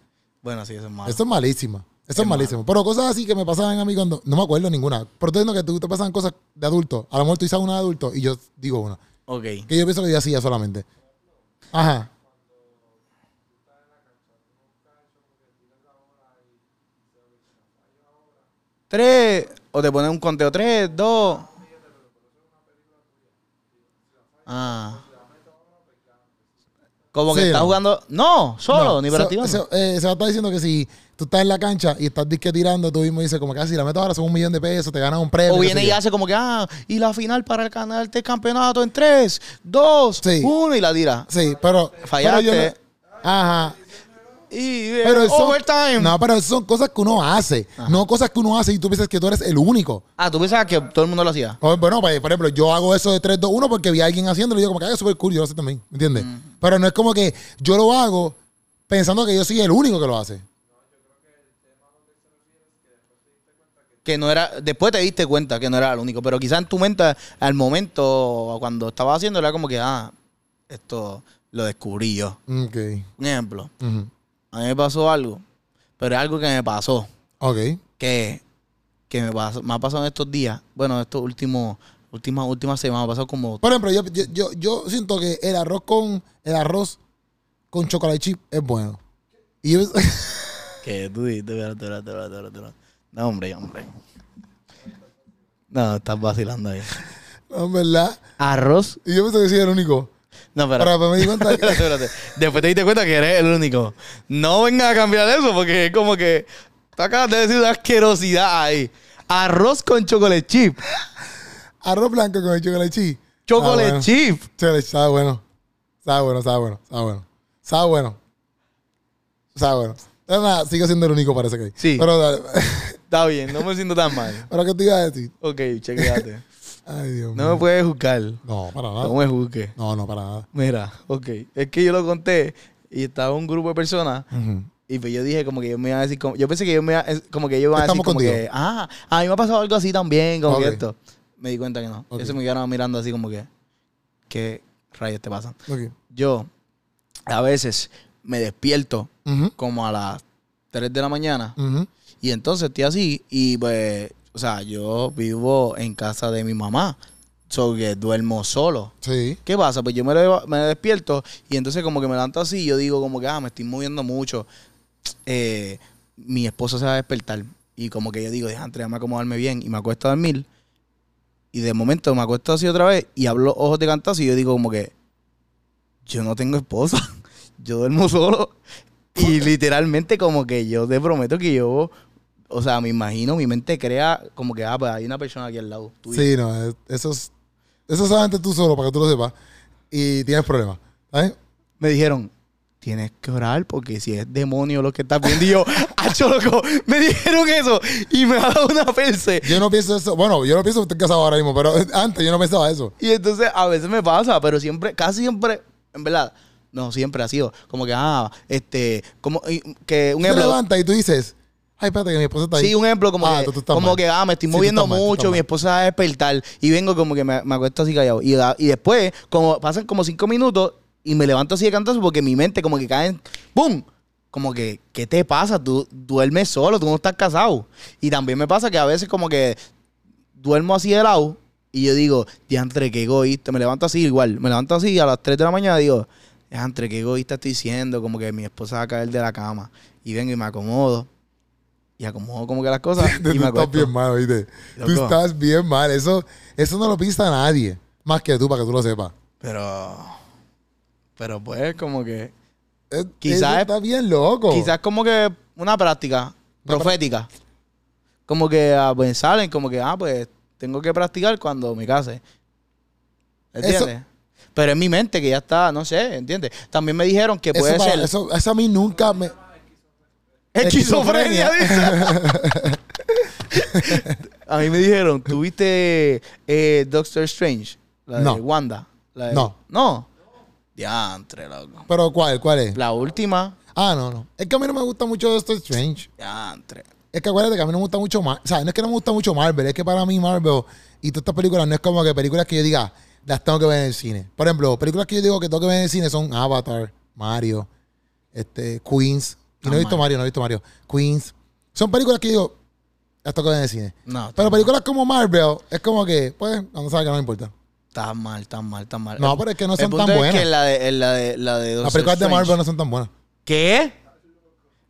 [SPEAKER 2] Bueno, sí, eso es malo.
[SPEAKER 1] Eso es malísimo. Eso
[SPEAKER 2] Es
[SPEAKER 1] es malísimo. Pero cosas así que me pasaban a mí cuando. No me acuerdo ninguna. Pero te digo que tú te pasan cosas de adulto. A lo mejor tú dices una de adulto y yo digo una.
[SPEAKER 2] Ok.
[SPEAKER 1] Que yo pienso que yo hacía solamente. Ajá.
[SPEAKER 2] Tres, o te ponen un conteo, tres, dos... Ah. Como que
[SPEAKER 1] Sí,
[SPEAKER 2] estás
[SPEAKER 1] no.
[SPEAKER 2] jugando... No, solo,
[SPEAKER 1] No,
[SPEAKER 2] ni
[SPEAKER 1] se-
[SPEAKER 2] para ti.
[SPEAKER 1] Se, eh, se va a estar diciendo que si tú estás en la cancha y estás disque tirando, tú mismo dices, como que ah, si la meto ahora son un millón de pesos, te ganas un premio.
[SPEAKER 2] O
[SPEAKER 1] qué
[SPEAKER 2] viene
[SPEAKER 1] sé
[SPEAKER 2] y
[SPEAKER 1] yo.
[SPEAKER 2] hace como que, ah, y la final para el canal del campeonato en 3, 2,
[SPEAKER 1] Sí.
[SPEAKER 2] 1 y la tira.
[SPEAKER 1] Sí, pero.
[SPEAKER 2] Fallaste.
[SPEAKER 1] pero yo no- ajá.
[SPEAKER 2] Y eh,
[SPEAKER 1] Pero eso-
[SPEAKER 2] overtime.
[SPEAKER 1] No, pero eso son cosas que uno hace. No cosas que uno hace y tú piensas que tú eres el único.
[SPEAKER 2] Ah, tú pensabas que todo el mundo lo hacía.
[SPEAKER 1] O, Bueno, pues, por ejemplo, yo hago eso de 3, 2, 1 porque vi a alguien haciéndolo y digo, como que "Ay, es súper cool, yo lo sé también, ¿me entiendes?
[SPEAKER 2] Mm.
[SPEAKER 1] Pero no es como que yo lo hago pensando que yo soy el único que lo hace.
[SPEAKER 2] Que no era, después te diste cuenta que no era el único, pero quizás en tu mente, al momento, cuando estabas haciendo, era como que, ah, esto lo descubrí yo.
[SPEAKER 1] Ok.
[SPEAKER 2] Un ejemplo,
[SPEAKER 1] Ujú.
[SPEAKER 2] a mí me pasó algo, pero es algo que me pasó,
[SPEAKER 1] Ok.
[SPEAKER 2] que, que me, pasó- me ha pasado en estos días, bueno, estos últimos, últimas, últimas semanas, me ha pasado como
[SPEAKER 1] Por ejemplo, yo, yo, yo, yo siento que el arroz con el arroz con chocolate chip es bueno. Y yo,
[SPEAKER 2] Que tú dijiste, espérate, espérate, espérate, espérate, espérate. No, hombre, hombre. No, estás vacilando ahí.
[SPEAKER 1] no, en verdad.
[SPEAKER 2] Arroz.
[SPEAKER 1] Y yo pensé que soy el único.
[SPEAKER 2] No,
[SPEAKER 1] Pero
[SPEAKER 2] espérate.
[SPEAKER 1] después me di cuenta que
[SPEAKER 2] Espérate, espérate. Después te diste cuenta que eres el único. No vengas a cambiar eso porque es como que tú acabas de decir una asquerosidad ahí. Arroz con chocolate chip.
[SPEAKER 1] arroz blanco con el chocolate chip.
[SPEAKER 2] Chocolate
[SPEAKER 1] Ah, bueno.
[SPEAKER 2] chip.
[SPEAKER 1] Chocolate chip, está bueno. Sabe bueno, sabe bueno, sabe bueno. Sabe bueno. Sabe bueno. Pero nada, sigo siendo el único, parece que hay.
[SPEAKER 2] Sí.
[SPEAKER 1] Pero, dale.
[SPEAKER 2] Está bien, no me siento tan mal.
[SPEAKER 1] pero ¿qué te iba a decir?
[SPEAKER 2] Ok, chequeate.
[SPEAKER 1] Ay, Dios mío.
[SPEAKER 2] No me puedes juzgar.
[SPEAKER 1] No, para nada.
[SPEAKER 2] No me juzgues.
[SPEAKER 1] No, no, para nada.
[SPEAKER 2] Mira, ok. Es que yo lo conté y estaba un grupo de personas
[SPEAKER 1] Ujú.
[SPEAKER 2] y pues yo dije como que yo me iba a decir como, yo pensé que yo me iba a- como que yo iba a decir
[SPEAKER 1] Estamos
[SPEAKER 2] como
[SPEAKER 1] contigo.
[SPEAKER 2] que ah, a mí me ha pasado algo así también, como
[SPEAKER 1] Ok.
[SPEAKER 2] que esto. Me di cuenta que no.
[SPEAKER 1] Ok.
[SPEAKER 2] Eso me quedaron mirando así como que qué rayos te pasan.
[SPEAKER 1] Ok.
[SPEAKER 2] Yo a veces me despierto
[SPEAKER 1] Ujú,
[SPEAKER 2] como a las 3 de la mañana
[SPEAKER 1] ujú.
[SPEAKER 2] y entonces estoy así y pues, o sea, yo vivo en casa de mi mamá, so que duermo solo.
[SPEAKER 1] Sí.
[SPEAKER 2] ¿Qué pasa? Pues yo me, leva- me despierto y entonces como que me levanto así y yo digo como que, ah, me estoy moviendo mucho. Eh, mi esposo se va a despertar y como que yo digo, déjame déjame acomodarme bien y me acuesto a dormir. Y de momento me acuesto así otra vez y hablo ojos de cantazo y yo digo como que, yo no tengo esposa, yo duermo solo. Y literalmente como que yo te prometo que yo, o sea, me imagino, mi mente crea como que, ah, pues hay una persona aquí al lado. tuyo.
[SPEAKER 1] Sí, no, eh, es- eso es. Eso solamente tú solo, para que tú lo sepas. Y tienes problemas. ¿Sabes?
[SPEAKER 2] me dijeron, tienes que orar porque si es demonio lo que estás viendo. Y yo, ¡acho loco! Me dijeron eso y me ha dado una perse.
[SPEAKER 1] Yo no pienso eso. Bueno, yo no pienso que estoy casado ahora mismo, pero antes yo no pensaba eso.
[SPEAKER 2] Y entonces a veces me pasa, pero siempre, casi siempre, en verdad, no, siempre ha sido como que, ah, este, como y- que un
[SPEAKER 1] Te
[SPEAKER 2] ejemplo.
[SPEAKER 1] levantas y tú dices, ay, espérate que mi esposa está ahí.
[SPEAKER 2] Sí, un ejemplo como,
[SPEAKER 1] Ah,
[SPEAKER 2] que,
[SPEAKER 1] tú- tú estás
[SPEAKER 2] como
[SPEAKER 1] mal.
[SPEAKER 2] que, ah, me estoy
[SPEAKER 1] Sí, tú
[SPEAKER 2] moviendo
[SPEAKER 1] estás mal, tú
[SPEAKER 2] mucho,
[SPEAKER 1] estás
[SPEAKER 2] mi
[SPEAKER 1] mal.
[SPEAKER 2] esposa va a despertar y vengo como que me, me acuesto así callado. Y, da- y después, como pasan como cinco minutos y me levanto así de cantazo porque mi mente como que cae en, ¡Bum! Como que, ¿qué te pasa? Tú duermes solo, tú no estás casado. Y también me pasa que a veces como que duermo así de lado y yo digo, diantre, qué egoísta. Me levanto así igual, me levanto así a las 3 de la mañana y digo, diantre, qué egoísta estoy siendo, como que mi esposa va a caer de la cama. Y vengo y me acomodo. Y acomodo como que las cosas
[SPEAKER 1] Tú
[SPEAKER 2] y me
[SPEAKER 1] estás bien
[SPEAKER 2] acuesto.
[SPEAKER 1] mal, ¿viste? Tú
[SPEAKER 2] Loco.
[SPEAKER 1] estás bien mal. Eso, eso no lo piensa nadie. Más que tú, para que tú lo sepas.
[SPEAKER 2] Pero, pero pues como que,
[SPEAKER 1] Es-
[SPEAKER 2] Quizás
[SPEAKER 1] eso
[SPEAKER 2] es-
[SPEAKER 1] está bien loco.
[SPEAKER 2] quizás como que una práctica
[SPEAKER 1] Una
[SPEAKER 2] profética. Como que a pensar en como que, ah, pues tengo que practicar cuando me case. ¿Entiendes? Pero es mi mente que ya está, no sé, ¿entiendes? También me dijeron que puede
[SPEAKER 1] eso, para-
[SPEAKER 2] ser...
[SPEAKER 1] eso- eso a mí nunca me.
[SPEAKER 2] Esquizofrenia, dice. A mí me dijeron, ¿tuviste eh, Doctor Strange? La de
[SPEAKER 1] No.
[SPEAKER 2] Wanda. la de-
[SPEAKER 1] No.
[SPEAKER 2] No. Diantre, loco.
[SPEAKER 1] Pero ¿cuál? ¿Cuál es?
[SPEAKER 2] La última,
[SPEAKER 1] Ah, no, no. Es que a mí no me gusta mucho Doctor Strange.
[SPEAKER 2] diantre.
[SPEAKER 1] Es que acuérdate que a mí no me gusta mucho Marvel. O sea, no es que no me gusta mucho Marvel, es que para mí Marvel y todas estas películas no es como que películas que yo diga, las tengo que ver en el cine. Por ejemplo, películas que yo digo que tengo que ver en el cine son Avatar, Mario, este, Queens. Y no
[SPEAKER 2] Ah,
[SPEAKER 1] he visto Mario,
[SPEAKER 2] Mario.
[SPEAKER 1] no he visto Mario. Queens. Son películas que yo digo, las tengo que ver en el cine.
[SPEAKER 2] No,
[SPEAKER 1] Pero
[SPEAKER 2] tan mal,
[SPEAKER 1] películas como Marvel, es como que, pues, no sabes que no me importa.
[SPEAKER 2] tan mal, tan mal, tan mal.
[SPEAKER 1] No,
[SPEAKER 2] El-
[SPEAKER 1] pero es que no
[SPEAKER 2] el
[SPEAKER 1] son
[SPEAKER 2] punto
[SPEAKER 1] tan
[SPEAKER 2] es
[SPEAKER 1] buenas.
[SPEAKER 2] que la de, la de, la de
[SPEAKER 1] Las
[SPEAKER 2] Doctor
[SPEAKER 1] películas de
[SPEAKER 2] Strange-
[SPEAKER 1] Marvel no son tan buenas.
[SPEAKER 2] ¿Qué?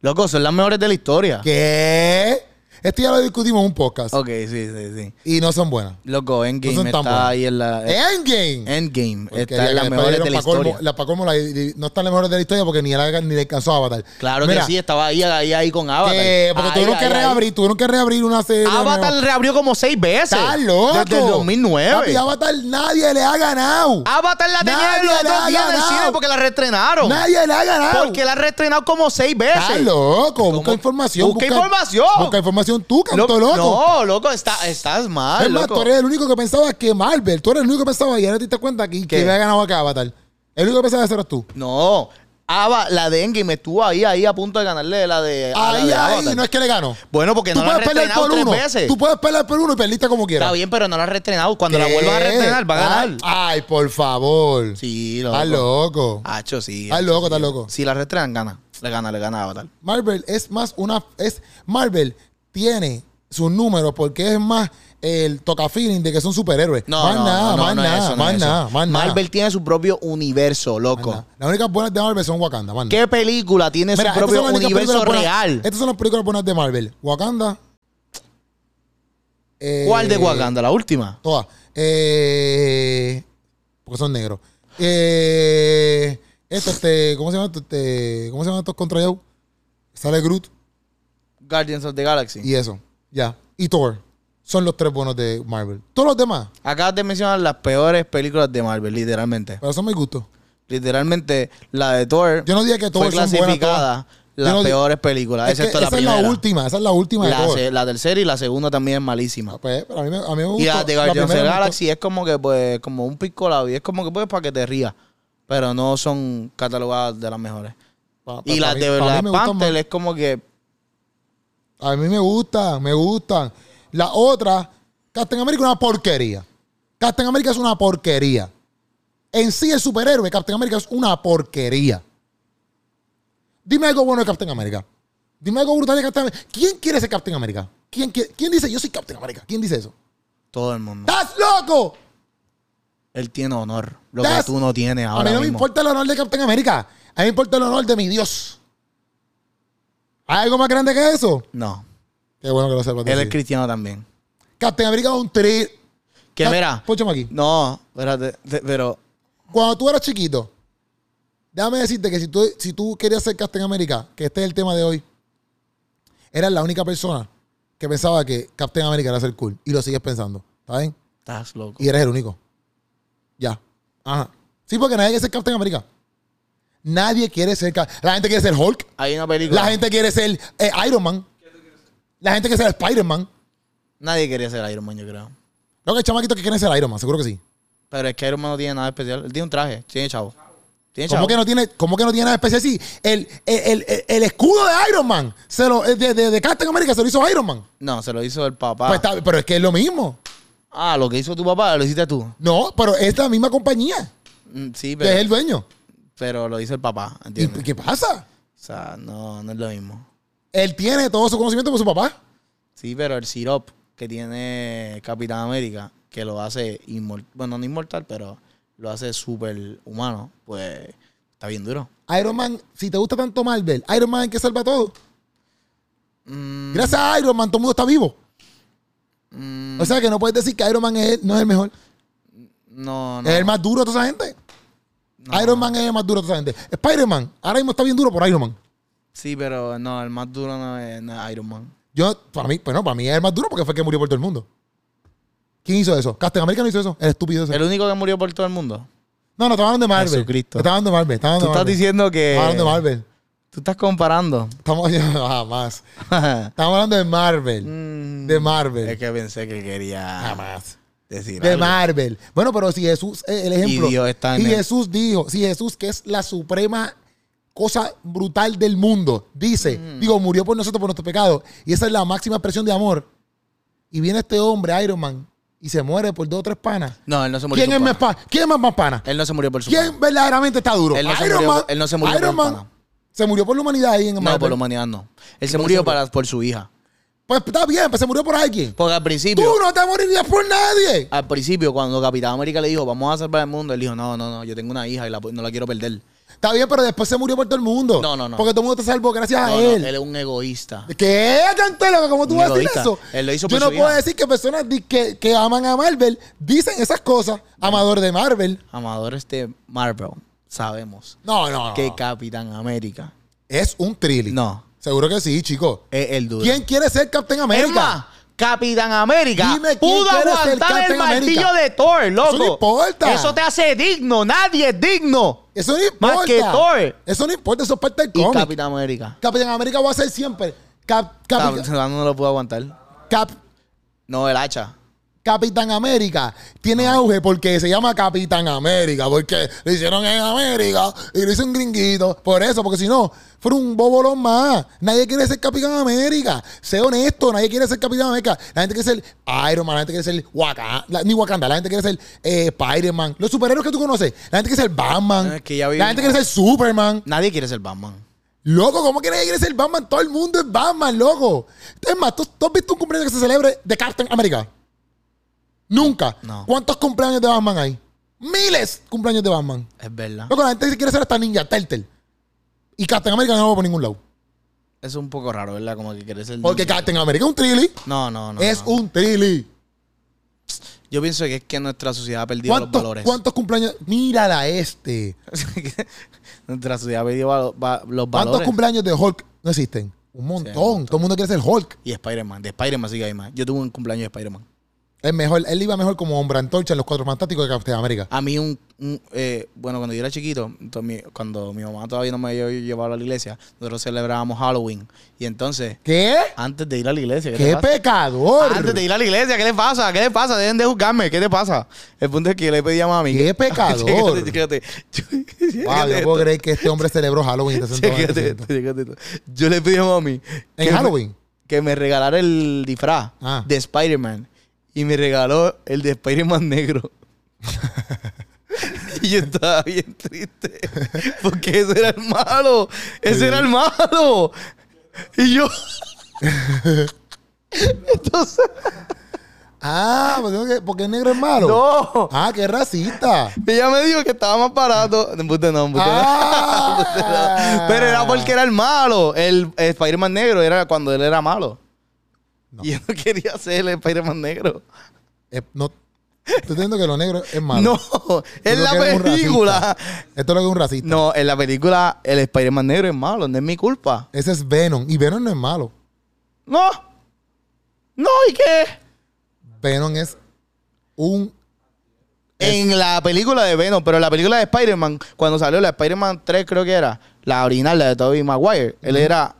[SPEAKER 2] Loco, son las mejores de la historia.
[SPEAKER 1] ¿Qué? Esto ya lo discutimos en un podcast.
[SPEAKER 2] Ok, sí, sí, sí.
[SPEAKER 1] Y no son buenas.
[SPEAKER 2] Loco,
[SPEAKER 1] No
[SPEAKER 2] Endgame
[SPEAKER 1] son tan
[SPEAKER 2] está
[SPEAKER 1] buenas.
[SPEAKER 2] ahí en la...
[SPEAKER 1] Endgame.
[SPEAKER 2] Endgame
[SPEAKER 1] Porque
[SPEAKER 2] está
[SPEAKER 1] ya
[SPEAKER 2] en las
[SPEAKER 1] que después
[SPEAKER 2] mejores de la
[SPEAKER 1] dieron pa'
[SPEAKER 2] historia.
[SPEAKER 1] Colmo, la pa' colmo, la- y- no está en las mejores de la historia porque ni, la, ni le alcanzó a Avatar.
[SPEAKER 2] Claro
[SPEAKER 1] Mira,
[SPEAKER 2] que sí, estaba ahí, ahí, ahí con Avatar.
[SPEAKER 1] que- porque
[SPEAKER 2] Ahí,
[SPEAKER 1] tuvieron que
[SPEAKER 2] ahí, ahí.
[SPEAKER 1] reabrir, tuvieron que reabrir una serie.
[SPEAKER 2] Avatar
[SPEAKER 1] nueva.
[SPEAKER 2] reabrió como seis veces.
[SPEAKER 1] ¡Estás loco!
[SPEAKER 2] Desde el 2009.
[SPEAKER 1] Papi, Avatar nadie le ha ganado.
[SPEAKER 2] Avatar la tenía
[SPEAKER 1] Nadie
[SPEAKER 2] en los
[SPEAKER 1] la
[SPEAKER 2] dos
[SPEAKER 1] ha
[SPEAKER 2] días del
[SPEAKER 1] ganado.
[SPEAKER 2] cine porque la reestrenaron.
[SPEAKER 1] Nadie le ha ganado.
[SPEAKER 2] Porque la reestrenaron como seis
[SPEAKER 1] ¡Estás
[SPEAKER 2] veces.
[SPEAKER 1] loco!
[SPEAKER 2] ¿Cómo?
[SPEAKER 1] Busca información.
[SPEAKER 2] Busca información.
[SPEAKER 1] Busca información tú,
[SPEAKER 2] Lo-
[SPEAKER 1] canto loco.
[SPEAKER 2] No, loco, está, estás mal,
[SPEAKER 1] es más,
[SPEAKER 2] loco.
[SPEAKER 1] tú eres el único que pensaba que Marvel. Tú eres el único que pensaba y ahora te diste cuenta que, que
[SPEAKER 2] ¿Qué?
[SPEAKER 1] había ganado acá Avatar. El único que pensaba eso eras tú.
[SPEAKER 2] No. Ava, la de Endgame estuvo ahí, ahí a punto de ganarle la de, a la
[SPEAKER 1] Ahí,
[SPEAKER 2] de
[SPEAKER 1] ahí,
[SPEAKER 2] Avatar.
[SPEAKER 1] no es que le ganó.
[SPEAKER 2] Bueno, porque
[SPEAKER 1] Tú
[SPEAKER 2] no la han
[SPEAKER 1] puedes pelear
[SPEAKER 2] reestrenado
[SPEAKER 1] por
[SPEAKER 2] tres
[SPEAKER 1] uno.
[SPEAKER 2] veces.
[SPEAKER 1] Tú puedes pelear por uno y perdiste como quieras.
[SPEAKER 2] Está bien, pero no la han reestrenado. Cuando la
[SPEAKER 1] ¿Qué?
[SPEAKER 2] vuelvan a reestrenar, va a ganar.
[SPEAKER 1] Ay, ah. ay, por favor.
[SPEAKER 2] Sí, loco.
[SPEAKER 1] Estás loco.
[SPEAKER 2] Hacho, sí.
[SPEAKER 1] Estás loco, estás loco.
[SPEAKER 2] Si la reestrenan, gana. Le gana, le gana a Avatar.
[SPEAKER 1] Marvel es más una. es Marvel tiene sus números porque es más el toca feeling de que son superhéroes.
[SPEAKER 2] No,
[SPEAKER 1] más
[SPEAKER 2] no,
[SPEAKER 1] nada,
[SPEAKER 2] no,
[SPEAKER 1] más
[SPEAKER 2] no es
[SPEAKER 1] nada,
[SPEAKER 2] eso, no
[SPEAKER 1] más
[SPEAKER 2] es eso.
[SPEAKER 1] nada, más nada.
[SPEAKER 2] Marvel tiene su propio universo,
[SPEAKER 1] Más
[SPEAKER 2] loco.
[SPEAKER 1] nada. Las únicas buenas de Marvel son Wakanda, más nada.
[SPEAKER 2] ¿Qué película tiene
[SPEAKER 1] Mira, este
[SPEAKER 2] su
[SPEAKER 1] estas
[SPEAKER 2] propio
[SPEAKER 1] son las únicas
[SPEAKER 2] universo
[SPEAKER 1] películas buenas-
[SPEAKER 2] real?
[SPEAKER 1] Estas son las películas buenas de Marvel. Wakanda. eh,
[SPEAKER 2] ¿Cuál de Wakanda? La última.
[SPEAKER 1] Todas. Eh, porque son negros. Eh, esto, este, ¿cómo se llama esto? Este, ¿Cómo se llaman estos contra Joe? Sale Groot
[SPEAKER 2] Guardians of the Galaxy.
[SPEAKER 1] y eso. Ya. Y Thor. Son los tres buenos de Marvel. Todos los demás.
[SPEAKER 2] Acabas de mencionar las peores películas de Marvel, literalmente.
[SPEAKER 1] Pero son mis gustos.
[SPEAKER 2] Literalmente, la de Thor
[SPEAKER 1] Yo no dije que
[SPEAKER 2] fue
[SPEAKER 1] todos son buenas. todas.
[SPEAKER 2] clasificada las
[SPEAKER 1] Yo no di-
[SPEAKER 2] peores películas,
[SPEAKER 1] Es que
[SPEAKER 2] excepto la
[SPEAKER 1] esa es la
[SPEAKER 2] primera.
[SPEAKER 1] última, esa es la última de
[SPEAKER 2] La,
[SPEAKER 1] todas.
[SPEAKER 2] se- la tercera y la segunda también es malísima.
[SPEAKER 1] Ah, pues, pero a mí, me- a mí me gustó.
[SPEAKER 2] Y la de Guardians
[SPEAKER 1] primera
[SPEAKER 2] of the
[SPEAKER 1] me gustó.
[SPEAKER 2] Galaxy es como que pues como un pico la vida, es como que pues para que te rías, pero no son catalogadas de las mejores.
[SPEAKER 1] Pa- pa-
[SPEAKER 2] Y
[SPEAKER 1] pa'
[SPEAKER 2] las
[SPEAKER 1] mí-
[SPEAKER 2] de
[SPEAKER 1] pa' mí
[SPEAKER 2] Black
[SPEAKER 1] me gustan
[SPEAKER 2] Panther es como que
[SPEAKER 1] más. A mí me gustan, me gustan. La otra, Captain America es una porquería. Captain America es una porquería. En sí el superhéroe, Captain America es una porquería. Dime algo bueno de Captain America. Dime algo brutal de Captain America. ¿Quién quiere ser Captain America? ¿Quién, quiere- quién dice yo soy Captain America? ¿Quién dice eso?
[SPEAKER 2] todo el mundo.
[SPEAKER 1] ¡Estás loco!
[SPEAKER 2] Él tiene honor, lo que
[SPEAKER 1] That's-
[SPEAKER 2] tú no tienes ahora
[SPEAKER 1] a mí no me
[SPEAKER 2] mismo.
[SPEAKER 1] importa el honor de Captain America. A mí me importa el honor de mi Dios. ¿Hay algo más grande que eso?
[SPEAKER 2] No,
[SPEAKER 1] Qué bueno que lo sepas.
[SPEAKER 2] él
[SPEAKER 1] decir.
[SPEAKER 2] es cristiano también.
[SPEAKER 1] Captain America es un tri.
[SPEAKER 2] Que
[SPEAKER 1] Cap-
[SPEAKER 2] mira,
[SPEAKER 1] Póchame aquí.
[SPEAKER 2] no, espérate, te- pero
[SPEAKER 1] Cuando tú eras chiquito, déjame decirte que si tú, si tú querías ser Captain America, que este es el tema de hoy, eras la única persona que pensaba que Captain America era ser cool. Y lo sigues pensando. ¿Está bien?
[SPEAKER 2] estás loco.
[SPEAKER 1] Y eres el único. Ya. Ajá. Sí, porque nadie quiere ser Captain América. Nadie quiere ser. Cap- La gente quiere ser Hulk.
[SPEAKER 2] Hay una película.
[SPEAKER 1] La gente quiere ser eh, Iron Man. La gente quiere ser Spider-Man.
[SPEAKER 2] Nadie quería ser Iron Man, yo creo.
[SPEAKER 1] Lo que hay chamaquitos que quieren ser Iron Man, seguro que sí.
[SPEAKER 2] Pero es que Iron Man no tiene nada especial. Él tiene un traje, tiene chavo. Tiene chavo.
[SPEAKER 1] ¿Cómo que, no tiene, ¿Cómo que no tiene nada especial? Sí, el, el, el- el escudo de Iron Man, se lo, eh, de, de, de Captain America se lo hizo Iron Man.
[SPEAKER 2] No, se lo hizo el papá.
[SPEAKER 1] Pues está- pero es que es lo mismo.
[SPEAKER 2] Ah, lo que hizo tu papá lo hiciste tú.
[SPEAKER 1] No, pero es la misma compañía
[SPEAKER 2] Mm, Sí,
[SPEAKER 1] que es
[SPEAKER 2] pero,
[SPEAKER 1] el dueño.
[SPEAKER 2] pero lo hizo el papá,
[SPEAKER 1] ¿Y
[SPEAKER 2] ¿entiendes?
[SPEAKER 1] qué pasa?
[SPEAKER 2] O sea, no, no es lo mismo.
[SPEAKER 1] Él tiene todo su conocimiento por su papá.
[SPEAKER 2] Sí, pero el sirop que tiene Capitán América, que lo hace inmortal, bueno, no inmortal, pero lo hace súper humano, pues está bien duro.
[SPEAKER 1] Iron Man, si te gusta tanto Marvel, Iron Man es el que salva todo.
[SPEAKER 2] Mm,
[SPEAKER 1] Gracias a Iron Man, todo el mundo está vivo.
[SPEAKER 2] mm,
[SPEAKER 1] O sea que no puedes decir que Iron Man es- no es el mejor.
[SPEAKER 2] no, no.
[SPEAKER 1] Es el más duro de toda esa gente.
[SPEAKER 2] no.
[SPEAKER 1] Iron Man es el más duro de toda esa gente. Spider-Man, ahora mismo está bien duro por Iron Man.
[SPEAKER 2] Sí, pero no, el más duro no es, no es Iron Man.
[SPEAKER 1] Yo, para mí, bueno, para mí es el más duro porque fue el que murió por todo el mundo. ¿Quién hizo eso? Captain America no hizo eso. El estúpido ese.
[SPEAKER 2] El único que murió por todo el mundo.
[SPEAKER 1] No, no, estaba hablando de Marvel.
[SPEAKER 2] Jesucristo.
[SPEAKER 1] Estaba hablando de Marvel. Estaba hablando
[SPEAKER 2] Tú
[SPEAKER 1] de
[SPEAKER 2] estás
[SPEAKER 1] Marvel.
[SPEAKER 2] diciendo que.
[SPEAKER 1] Estaba hablando de Marvel.
[SPEAKER 2] Tú estás comparando.
[SPEAKER 1] Estamos jamás. Estamos hablando de Marvel.
[SPEAKER 2] Mm,
[SPEAKER 1] De Marvel.
[SPEAKER 2] Es que pensé que quería
[SPEAKER 1] Jamás.
[SPEAKER 2] decir.
[SPEAKER 1] De
[SPEAKER 2] algo.
[SPEAKER 1] Marvel. Bueno, pero si Jesús, eh, el ejemplo.
[SPEAKER 2] Y Dios está en
[SPEAKER 1] si
[SPEAKER 2] él.
[SPEAKER 1] Jesús dijo, si Jesús, que es la suprema cosa brutal del mundo, dice,
[SPEAKER 2] Mm.
[SPEAKER 1] digo, murió por nosotros, por nuestro pecado, y esa es la máxima expresión de amor. Y viene este hombre, Iron Man, y se muere por dos o tres panas.
[SPEAKER 2] No, él no se murió
[SPEAKER 1] ¿Quién es,
[SPEAKER 2] por
[SPEAKER 1] más
[SPEAKER 2] pana.
[SPEAKER 1] pa- ¿Quién es más, más pana?
[SPEAKER 2] Él no se murió por su
[SPEAKER 1] ¿Quién
[SPEAKER 2] pana.
[SPEAKER 1] verdaderamente está duro?
[SPEAKER 2] Él no se murió por- él no se murió
[SPEAKER 1] Iron
[SPEAKER 2] por
[SPEAKER 1] Man
[SPEAKER 2] pana.
[SPEAKER 1] se murió por la humanidad ahí en
[SPEAKER 2] No,
[SPEAKER 1] Marvel.
[SPEAKER 2] por la humanidad no. Él se
[SPEAKER 1] se
[SPEAKER 2] murió
[SPEAKER 1] murió?
[SPEAKER 2] para, por su hija.
[SPEAKER 1] Pues está bien, pues se murió por alguien.
[SPEAKER 2] Porque al
[SPEAKER 1] Tú
[SPEAKER 2] principio,
[SPEAKER 1] no te morirías por nadie.
[SPEAKER 2] al principio, cuando Capitán América le dijo, vamos a salvar el mundo, él dijo, no, no, no, yo tengo una hija y la- no la quiero perder.
[SPEAKER 1] Está bien, pero después se murió por todo el mundo.
[SPEAKER 2] No, no, no.
[SPEAKER 1] Porque todo el mundo te salvó gracias
[SPEAKER 2] No,
[SPEAKER 1] a
[SPEAKER 2] no,
[SPEAKER 1] Ah, él.
[SPEAKER 2] él es un egoísta.
[SPEAKER 1] ¿Qué, Cantelo? ¿Cómo tú
[SPEAKER 2] Un
[SPEAKER 1] vas a decir
[SPEAKER 2] egoísta.
[SPEAKER 1] eso?
[SPEAKER 2] Él lo hizo
[SPEAKER 1] Yo
[SPEAKER 2] por
[SPEAKER 1] no
[SPEAKER 2] su
[SPEAKER 1] puedo
[SPEAKER 2] hija.
[SPEAKER 1] decir que personas di- que, que aman a Marvel dicen esas cosas. Amador de Marvel.
[SPEAKER 2] Amadores de este Marvel, sabemos
[SPEAKER 1] No, no, no.
[SPEAKER 2] que Capitán América
[SPEAKER 1] es un trilly.
[SPEAKER 2] No.
[SPEAKER 1] Seguro que sí, chico.
[SPEAKER 2] es el duro.
[SPEAKER 1] ¿Quién quiere ser Captain América?
[SPEAKER 2] Es más, Capitán América
[SPEAKER 1] Dime quién
[SPEAKER 2] pudo
[SPEAKER 1] quiere ser
[SPEAKER 2] aguantar el
[SPEAKER 1] Capitán América.
[SPEAKER 2] martillo de Thor, loco.
[SPEAKER 1] no importa.
[SPEAKER 2] Eso te hace digno. Nadie es digno.
[SPEAKER 1] eso no importa.
[SPEAKER 2] Más que Thor.
[SPEAKER 1] Eso no importa, eso es parte del
[SPEAKER 2] Y
[SPEAKER 1] cómic.
[SPEAKER 2] Capitán América.
[SPEAKER 1] Capitán América va a ser siempre. Cap- Cap-
[SPEAKER 2] Capitán no lo pudo aguantar.
[SPEAKER 1] Cap-
[SPEAKER 2] No, el hacha.
[SPEAKER 1] Capitán América tiene auge porque se llama Capitán América, porque lo hicieron en América y lo hizo un gringuito. Por eso, porque si no, fuera un bobolón más. Nadie quiere ser Capitán América. Sé honesto, nadie quiere ser Capitán América. La gente quiere ser Iron Man, la gente quiere ser Wakanda, la- ni Wakanda, la gente quiere ser eh, Spider-Man. Los superhéroes que tú conoces, la gente quiere ser Batman,
[SPEAKER 2] No, Ah, es que ya vivimos-
[SPEAKER 1] la gente quiere ser Superman.
[SPEAKER 2] Nadie quiere ser Batman.
[SPEAKER 1] Loco, ¿cómo que nadie quiere ser Batman? Todo el mundo es Batman, loco. Es más, ¿tú, tú has visto un cumpleaños que se celebre de Captain America? Nunca.
[SPEAKER 2] No.
[SPEAKER 1] ¿Cuántos cumpleaños de Batman hay? Miles de cumpleaños de Batman.
[SPEAKER 2] Es verdad.
[SPEAKER 1] Loco, la gente se quiere ser hasta Ninja Turtle. Y Captain America no lo va por ningún lado.
[SPEAKER 2] Eso es un poco raro, ¿verdad? Como que quiere ser.
[SPEAKER 1] Porque Captain America es un trilly.
[SPEAKER 2] No, no, no.
[SPEAKER 1] es
[SPEAKER 2] no.
[SPEAKER 1] un trilly.
[SPEAKER 2] Yo pienso que es que nuestra sociedad ha perdido los
[SPEAKER 1] ¿Cuántos,
[SPEAKER 2] valores.
[SPEAKER 1] ¿Cuántos cumpleaños? Mírala este.
[SPEAKER 2] nuestra sociedad ha perdido valo- va- los
[SPEAKER 1] ¿Cuántos
[SPEAKER 2] valores.
[SPEAKER 1] cumpleaños de Hulk no existen? Un montón. Todo el mundo quiere ser Hulk.
[SPEAKER 2] Y Spider-Man. De Spider-Man sí que hay más. Yo tuve un cumpleaños de Spider-Man.
[SPEAKER 1] Es mejor, él iba mejor como hombre antorcha en los cuatro fantásticos de Capitán América.
[SPEAKER 2] A mí un, un, eh, bueno, cuando yo era chiquito, entonces mi- cuando mi mamá todavía no me había llevado a la iglesia, nosotros celebrábamos Halloween. Y entonces,
[SPEAKER 1] ¿Qué?
[SPEAKER 2] antes de ir a la iglesia, ¿qué, te
[SPEAKER 1] ¡Qué
[SPEAKER 2] pasa?
[SPEAKER 1] pecador!
[SPEAKER 2] Antes de ir a la iglesia, ¿qué les pasa? ¿Qué les pasa? Dejen de juzgarme, ¿qué te pasa? El punto es que yo le pedí a mami.
[SPEAKER 1] ¡Qué pecador!
[SPEAKER 2] Chécate, chécate. Yo-
[SPEAKER 1] Wow,
[SPEAKER 2] chécate
[SPEAKER 1] yo
[SPEAKER 2] esto.
[SPEAKER 1] puedo creer que este hombre celebró Halloween. de
[SPEAKER 2] Chécate esto,
[SPEAKER 1] 120%.
[SPEAKER 2] chécate esto. Yo le pedí a mami. que
[SPEAKER 1] ¿En
[SPEAKER 2] me-
[SPEAKER 1] Halloween?
[SPEAKER 2] que me regalara el disfraz
[SPEAKER 1] Ah.
[SPEAKER 2] de Spider-Man. Y me regaló el de Spider-Man negro. y yo estaba bien triste. Porque ese era el malo. Ese era el malo. Y yo. Entonces.
[SPEAKER 1] Ah, pues tengo que- porque el negro es malo.
[SPEAKER 2] No.
[SPEAKER 1] Ah, qué racista.
[SPEAKER 2] Ella me dijo que estaba más barato. Embuste No, embuste no. Embuste
[SPEAKER 1] Ah.
[SPEAKER 2] no. Pero era porque era el malo. El, el Spider-Man negro era cuando él era malo.
[SPEAKER 1] No.
[SPEAKER 2] Y yo no quería ser el Spider-Man negro.
[SPEAKER 1] Eh, no, estoy diciendo que lo negro es malo.
[SPEAKER 2] No, en
[SPEAKER 1] Yo
[SPEAKER 2] la
[SPEAKER 1] creo que eres un
[SPEAKER 2] película.
[SPEAKER 1] racista. Esto es lo que es un racista.
[SPEAKER 2] No, en la película el Spider-Man negro es malo, no es mi culpa.
[SPEAKER 1] Ese es Venom. Y Venom no es malo.
[SPEAKER 2] No. No, ¿y qué?
[SPEAKER 1] Venom es un.
[SPEAKER 2] En la película de Venom, pero en la película de Spider-Man, cuando salió la Spider-Man 3 creo que era, la original, la de Tobey Maguire, él era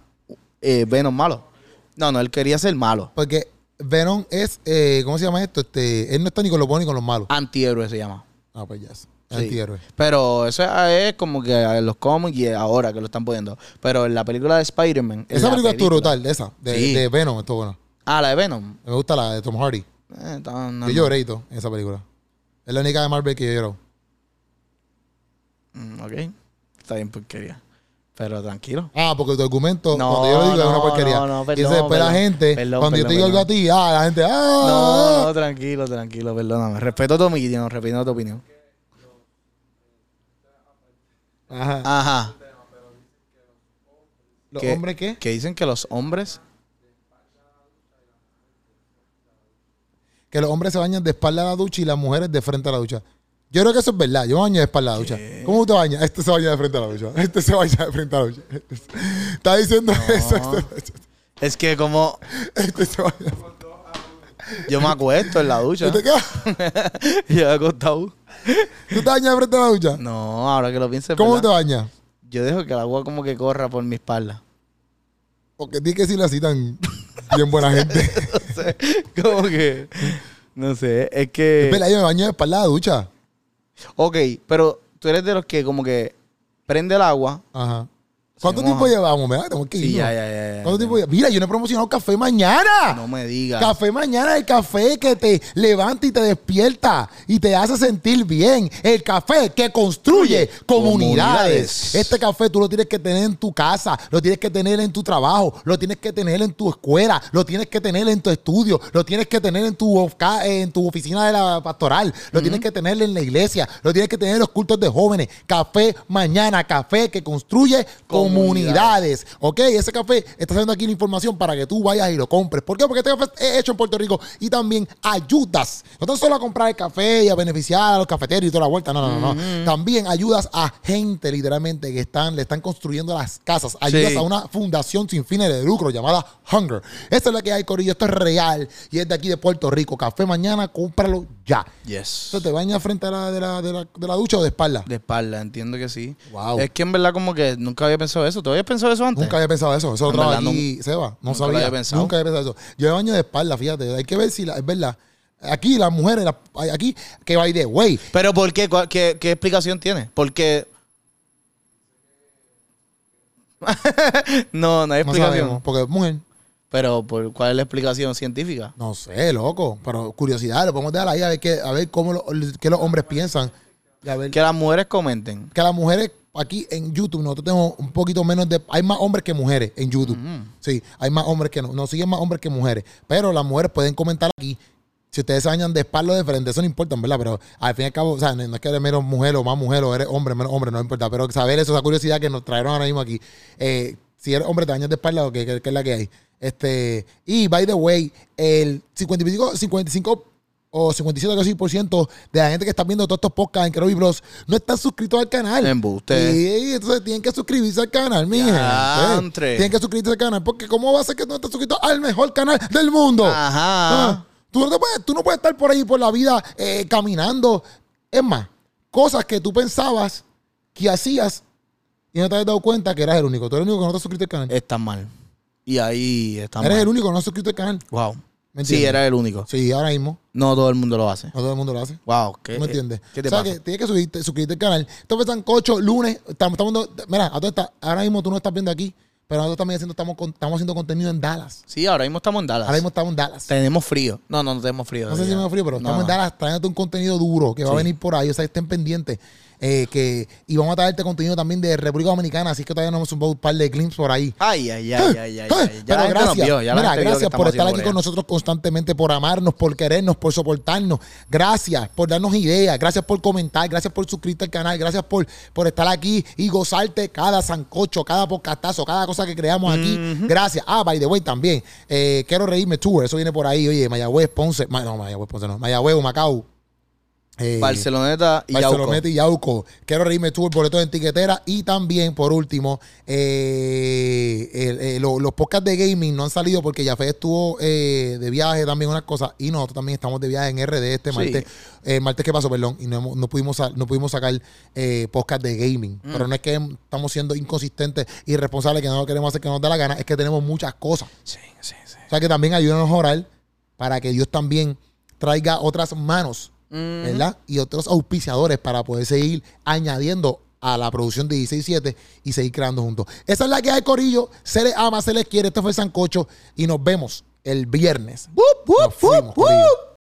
[SPEAKER 2] eh, Venom malo. No, no, él quería ser malo.
[SPEAKER 1] Porque Venom es. eh, ¿Cómo se llama esto? Este, él no está ni con los buenos ni con los malos.
[SPEAKER 2] Antihéroe se llama.
[SPEAKER 1] Ah, pues ya. es
[SPEAKER 2] Sí.
[SPEAKER 1] Antihéroe.
[SPEAKER 2] Pero eso es como que en los cómics y ahora que lo están poniendo. Pero en la película de Spider-Man... en
[SPEAKER 1] Esa
[SPEAKER 2] la
[SPEAKER 1] película estuvo brutal, de esa. De,
[SPEAKER 2] Sí.
[SPEAKER 1] de Venom, estuvo bueno.
[SPEAKER 2] Ah, la de Venom.
[SPEAKER 1] Me gusta la de Tom Hardy.
[SPEAKER 2] Eh, no,
[SPEAKER 1] yo
[SPEAKER 2] no, no.
[SPEAKER 1] lloré y todo en esa película. Es la única de Marvel que yo lloro.
[SPEAKER 2] Mm, ok. Está bien porquería. Pero tranquilo.
[SPEAKER 1] Ah, porque tu argumento,
[SPEAKER 2] No,
[SPEAKER 1] cuando yo lo digo, es una
[SPEAKER 2] no,
[SPEAKER 1] porquería.
[SPEAKER 2] no, no,
[SPEAKER 1] y
[SPEAKER 2] perdón,
[SPEAKER 1] entonces después la
[SPEAKER 2] perdón,
[SPEAKER 1] gente,
[SPEAKER 2] perdón,
[SPEAKER 1] cuando yo te digo
[SPEAKER 2] perdón,
[SPEAKER 1] algo a ti, ah, la gente,
[SPEAKER 2] No,
[SPEAKER 1] ah.
[SPEAKER 2] no, tranquilo, tranquilo, perdóname. Respeto tu opinión, respeto tu opinión.
[SPEAKER 1] Ajá.
[SPEAKER 2] Ajá.
[SPEAKER 1] ¿Los
[SPEAKER 2] que-
[SPEAKER 1] hombres qué?
[SPEAKER 2] Que dicen que los hombres.
[SPEAKER 1] Que los hombres se bañan de espalda a la ducha y las mujeres de frente a la ducha. Yo creo que eso es verdad. Yo me baño de espalda a la ducha. ¿Cómo te bañas? Este se baña de frente a la ducha. Este se baña de frente a la ducha. Está diciendo eso. Este, este-
[SPEAKER 2] Es que como
[SPEAKER 1] este se baña.
[SPEAKER 2] yo me acuesto en la ducha.
[SPEAKER 1] ¿Tú te quedas?
[SPEAKER 2] yo me acostado.
[SPEAKER 1] ¿Tú te bañas de frente a la ducha?
[SPEAKER 2] No, ahora que lo pienso.
[SPEAKER 1] ¿Cómo te
[SPEAKER 2] ¿verdad?
[SPEAKER 1] bañas?
[SPEAKER 2] Yo dejo que el agua como que corra por mi espalda.
[SPEAKER 1] Porque tienes que decirle así tan bien buena gente.
[SPEAKER 2] No sé, como que. No sé, es que.
[SPEAKER 1] Espera, yo me baño de espalda a la ducha.
[SPEAKER 2] Ok, pero tú eres de los que como que prende el agua.
[SPEAKER 1] Ajá. ¿Cuánto
[SPEAKER 2] moja.
[SPEAKER 1] tiempo llevamos? Mira, tengo que
[SPEAKER 2] Sí,
[SPEAKER 1] irnos.
[SPEAKER 2] ya, ya, ya, ya.
[SPEAKER 1] ¿Cuánto tiempo llevamos? Mira, yo no he promocionado café mañana.
[SPEAKER 2] No me digas.
[SPEAKER 1] Café mañana, el café que te levanta y te despierta y te hace sentir bien. El café que construye comunidades.
[SPEAKER 2] Comunidades.
[SPEAKER 1] Este café tú lo tienes que tener en tu casa, lo tienes que tener en tu trabajo, lo tienes que tener en tu escuela, lo tienes que tener en tu estudio, lo tienes que tener en tu, ofca- eh, en tu oficina de la pastoral, lo tienes que tener en la iglesia, lo tienes que tener en los cultos de jóvenes. Café mañana, café que construye comunidades
[SPEAKER 2] Comunidades.
[SPEAKER 1] comunidades, ¿ok? Ese café está haciendo aquí la información para que tú vayas y lo compres. ¿Por qué? Porque este café es hecho en Puerto Rico y también ayudas. No tan solo a comprar el café y a beneficiar a los cafeteros y toda la vuelta, no, no, no, no. También ayudas a gente literalmente que están, le están construyendo las casas. Ayudas
[SPEAKER 2] Sí.
[SPEAKER 1] a una fundación sin fines de lucro llamada Hunger. Esta es la que hay, Corillo. Esto es real y es de aquí de Puerto Rico. Café mañana, cómpralo ya.
[SPEAKER 2] Yes.
[SPEAKER 1] Eso te bañas frente a la, de, la, de la- de la ducha o de espalda.
[SPEAKER 2] De espalda, entiendo que sí.
[SPEAKER 1] Wow.
[SPEAKER 2] Es que en verdad como que nunca había pensado eso. ¿Tú habías pensado eso antes?
[SPEAKER 1] Nunca había pensado eso. Eso lo
[SPEAKER 2] En
[SPEAKER 1] trajo
[SPEAKER 2] verdad,
[SPEAKER 1] aquí, Seba. No
[SPEAKER 2] nunca lo
[SPEAKER 1] sabía.
[SPEAKER 2] había pensado.
[SPEAKER 1] Nunca había pensado eso. Yo me baño de espalda, fíjate. Hay que ver si la- es verdad. Aquí las mujeres, las- hay- aquí, que va de güey.
[SPEAKER 2] ¿Pero por qué? ¿Cuál- ¿Qué, qué explicación tiene? Porque... no, no hay
[SPEAKER 1] No
[SPEAKER 2] explicación.
[SPEAKER 1] sabemos, porque es mujer.
[SPEAKER 2] Pero ¿por ¿cuál es la explicación científica?
[SPEAKER 1] No sé, loco. Pero curiosidad, lo podemos dejar ahí a ver, qué- a ver cómo lo- qué los hombres piensan. Y a ver.
[SPEAKER 2] Que las mujeres comenten.
[SPEAKER 1] que las mujeres aquí en YouTube nosotros tenemos un poquito menos de hay más hombres que mujeres en YouTube sí hay más hombres que no nos siguen más hombres que mujeres pero las mujeres pueden comentar aquí si ustedes se bañan de espalda o de frente eso no importa verdad pero al fin y al cabo o sea no, no es que eres menos mujer o más mujer o eres hombre menos hombre no importa pero saber eso esa curiosidad que nos trajeron ahora mismo aquí Eh, si eres hombre te bañas de espalda o qué qué- qué es la que hay este y by the way el 55 55 o 57 o casi por ciento de la gente que está viendo todos estos podcasts en Kerobi Bros no están suscritos al canal.
[SPEAKER 2] Embuste.
[SPEAKER 1] Sí, entonces tienen que suscribirse al canal, ¿eh? mi gente.
[SPEAKER 2] Diantre. Ah,
[SPEAKER 1] Tienen que suscribirse al canal porque ¿cómo va a ser que no estás suscrito al mejor canal del mundo?
[SPEAKER 2] Ajá.
[SPEAKER 1] Ah, Tú no, te puedes, tú no puedes estar por ahí por la vida eh, caminando. Es más, cosas que tú pensabas que hacías y no te habías dado cuenta que eras el único. Tú eres el único que no te has suscrito al canal.
[SPEAKER 2] Está mal. Y ahí Eh, está
[SPEAKER 1] eres
[SPEAKER 2] mal.
[SPEAKER 1] el único que no has suscrito al canal.
[SPEAKER 2] Wow.
[SPEAKER 1] ¿Me entiendes?
[SPEAKER 2] Sí, era el único.
[SPEAKER 1] Sí, ahora mismo.
[SPEAKER 2] No todo el mundo lo hace.
[SPEAKER 1] No todo el mundo lo hace.
[SPEAKER 2] Wow. ¿qué,
[SPEAKER 1] ¿Tú me entiendes?
[SPEAKER 2] Eh, ¿Qué te
[SPEAKER 1] o sea,
[SPEAKER 2] pasa?
[SPEAKER 1] que tienes que subirte- suscribirte al canal. Entonces, Sancocho, lunes, estamos, estamos dando- mira, a toda esta- ahora mismo tú no estás viendo aquí, pero nosotros también haciendo, estamos, con- estamos haciendo contenido en Dallas.
[SPEAKER 2] Sí, ahora mismo estamos en Dallas.
[SPEAKER 1] Ahora mismo estamos en Dallas.
[SPEAKER 2] Tenemos frío. No, no, no tenemos frío.
[SPEAKER 1] No sé si
[SPEAKER 2] todavía.
[SPEAKER 1] me da frío, pero
[SPEAKER 2] No,
[SPEAKER 1] estamos en
[SPEAKER 2] no.
[SPEAKER 1] Dallas trayéndote un contenido duro que va a
[SPEAKER 2] Sí.
[SPEAKER 1] venir por ahí. O sea, estén pendientes. eh, que, y vamos a traerte contenido también de República Dominicana, así que todavía nos hemos zumbado un par de clips por ahí.
[SPEAKER 2] Ay, ay, ay, ay, ay.
[SPEAKER 1] ¡Eh!
[SPEAKER 2] ay. Ya la
[SPEAKER 1] Pero
[SPEAKER 2] gente nos
[SPEAKER 1] gracias,
[SPEAKER 2] vio, ya la
[SPEAKER 1] mira,
[SPEAKER 2] gente vio
[SPEAKER 1] gracias
[SPEAKER 2] que
[SPEAKER 1] por estar
[SPEAKER 2] estamos haciendo
[SPEAKER 1] aquí con
[SPEAKER 2] brea.
[SPEAKER 1] nosotros constantemente, por amarnos, por querernos, por soportarnos. Gracias por darnos ideas, gracias por comentar, gracias por suscribirte al canal, gracias por, por estar aquí y gozarte cada sancocho, cada podcastazo, cada cosa que creamos aquí. Gracias. Ah, by the way, también. eh, quiero reírme tour, eso viene por ahí, oye, Mayagüez, Ponce, Ma- no, Mayagüez, Ponce no, Mayagüez, Macao. Eh,
[SPEAKER 2] Barceloneta y Yauco.
[SPEAKER 1] Barceloneta y Yauco. Quiero reírme tú, boletos en tiquetera. Y también, por último, eh, el- eh, lo- los podcasts de gaming no han salido porque Jafé estuvo eh, de viaje también, unas cosas. Y nosotros también estamos de viaje en RD este
[SPEAKER 2] Sí.
[SPEAKER 1] martes. eh, martes que pasó, perdón. Y no, hemos- no pudimos, sa- no pudimos sacar eh, podcast de gaming.
[SPEAKER 2] Mm.
[SPEAKER 1] Pero no es que estamos siendo inconsistentes, irresponsables, que no lo queremos hacer que nos da la gana. Es que tenemos muchas cosas.
[SPEAKER 2] Sí, sí, sí.
[SPEAKER 1] O sea que también ayúdanos a orar para que Dios también traiga otras manos ¿verdad? Y otros auspiciadores para poder seguir añadiendo a la producción de 167 y seguir creando juntos. Esa es la que hay, Corillo. Se les ama, se les quiere. Este fue el Sancocho y nos vemos el viernes. Nos fuimos, Corillo.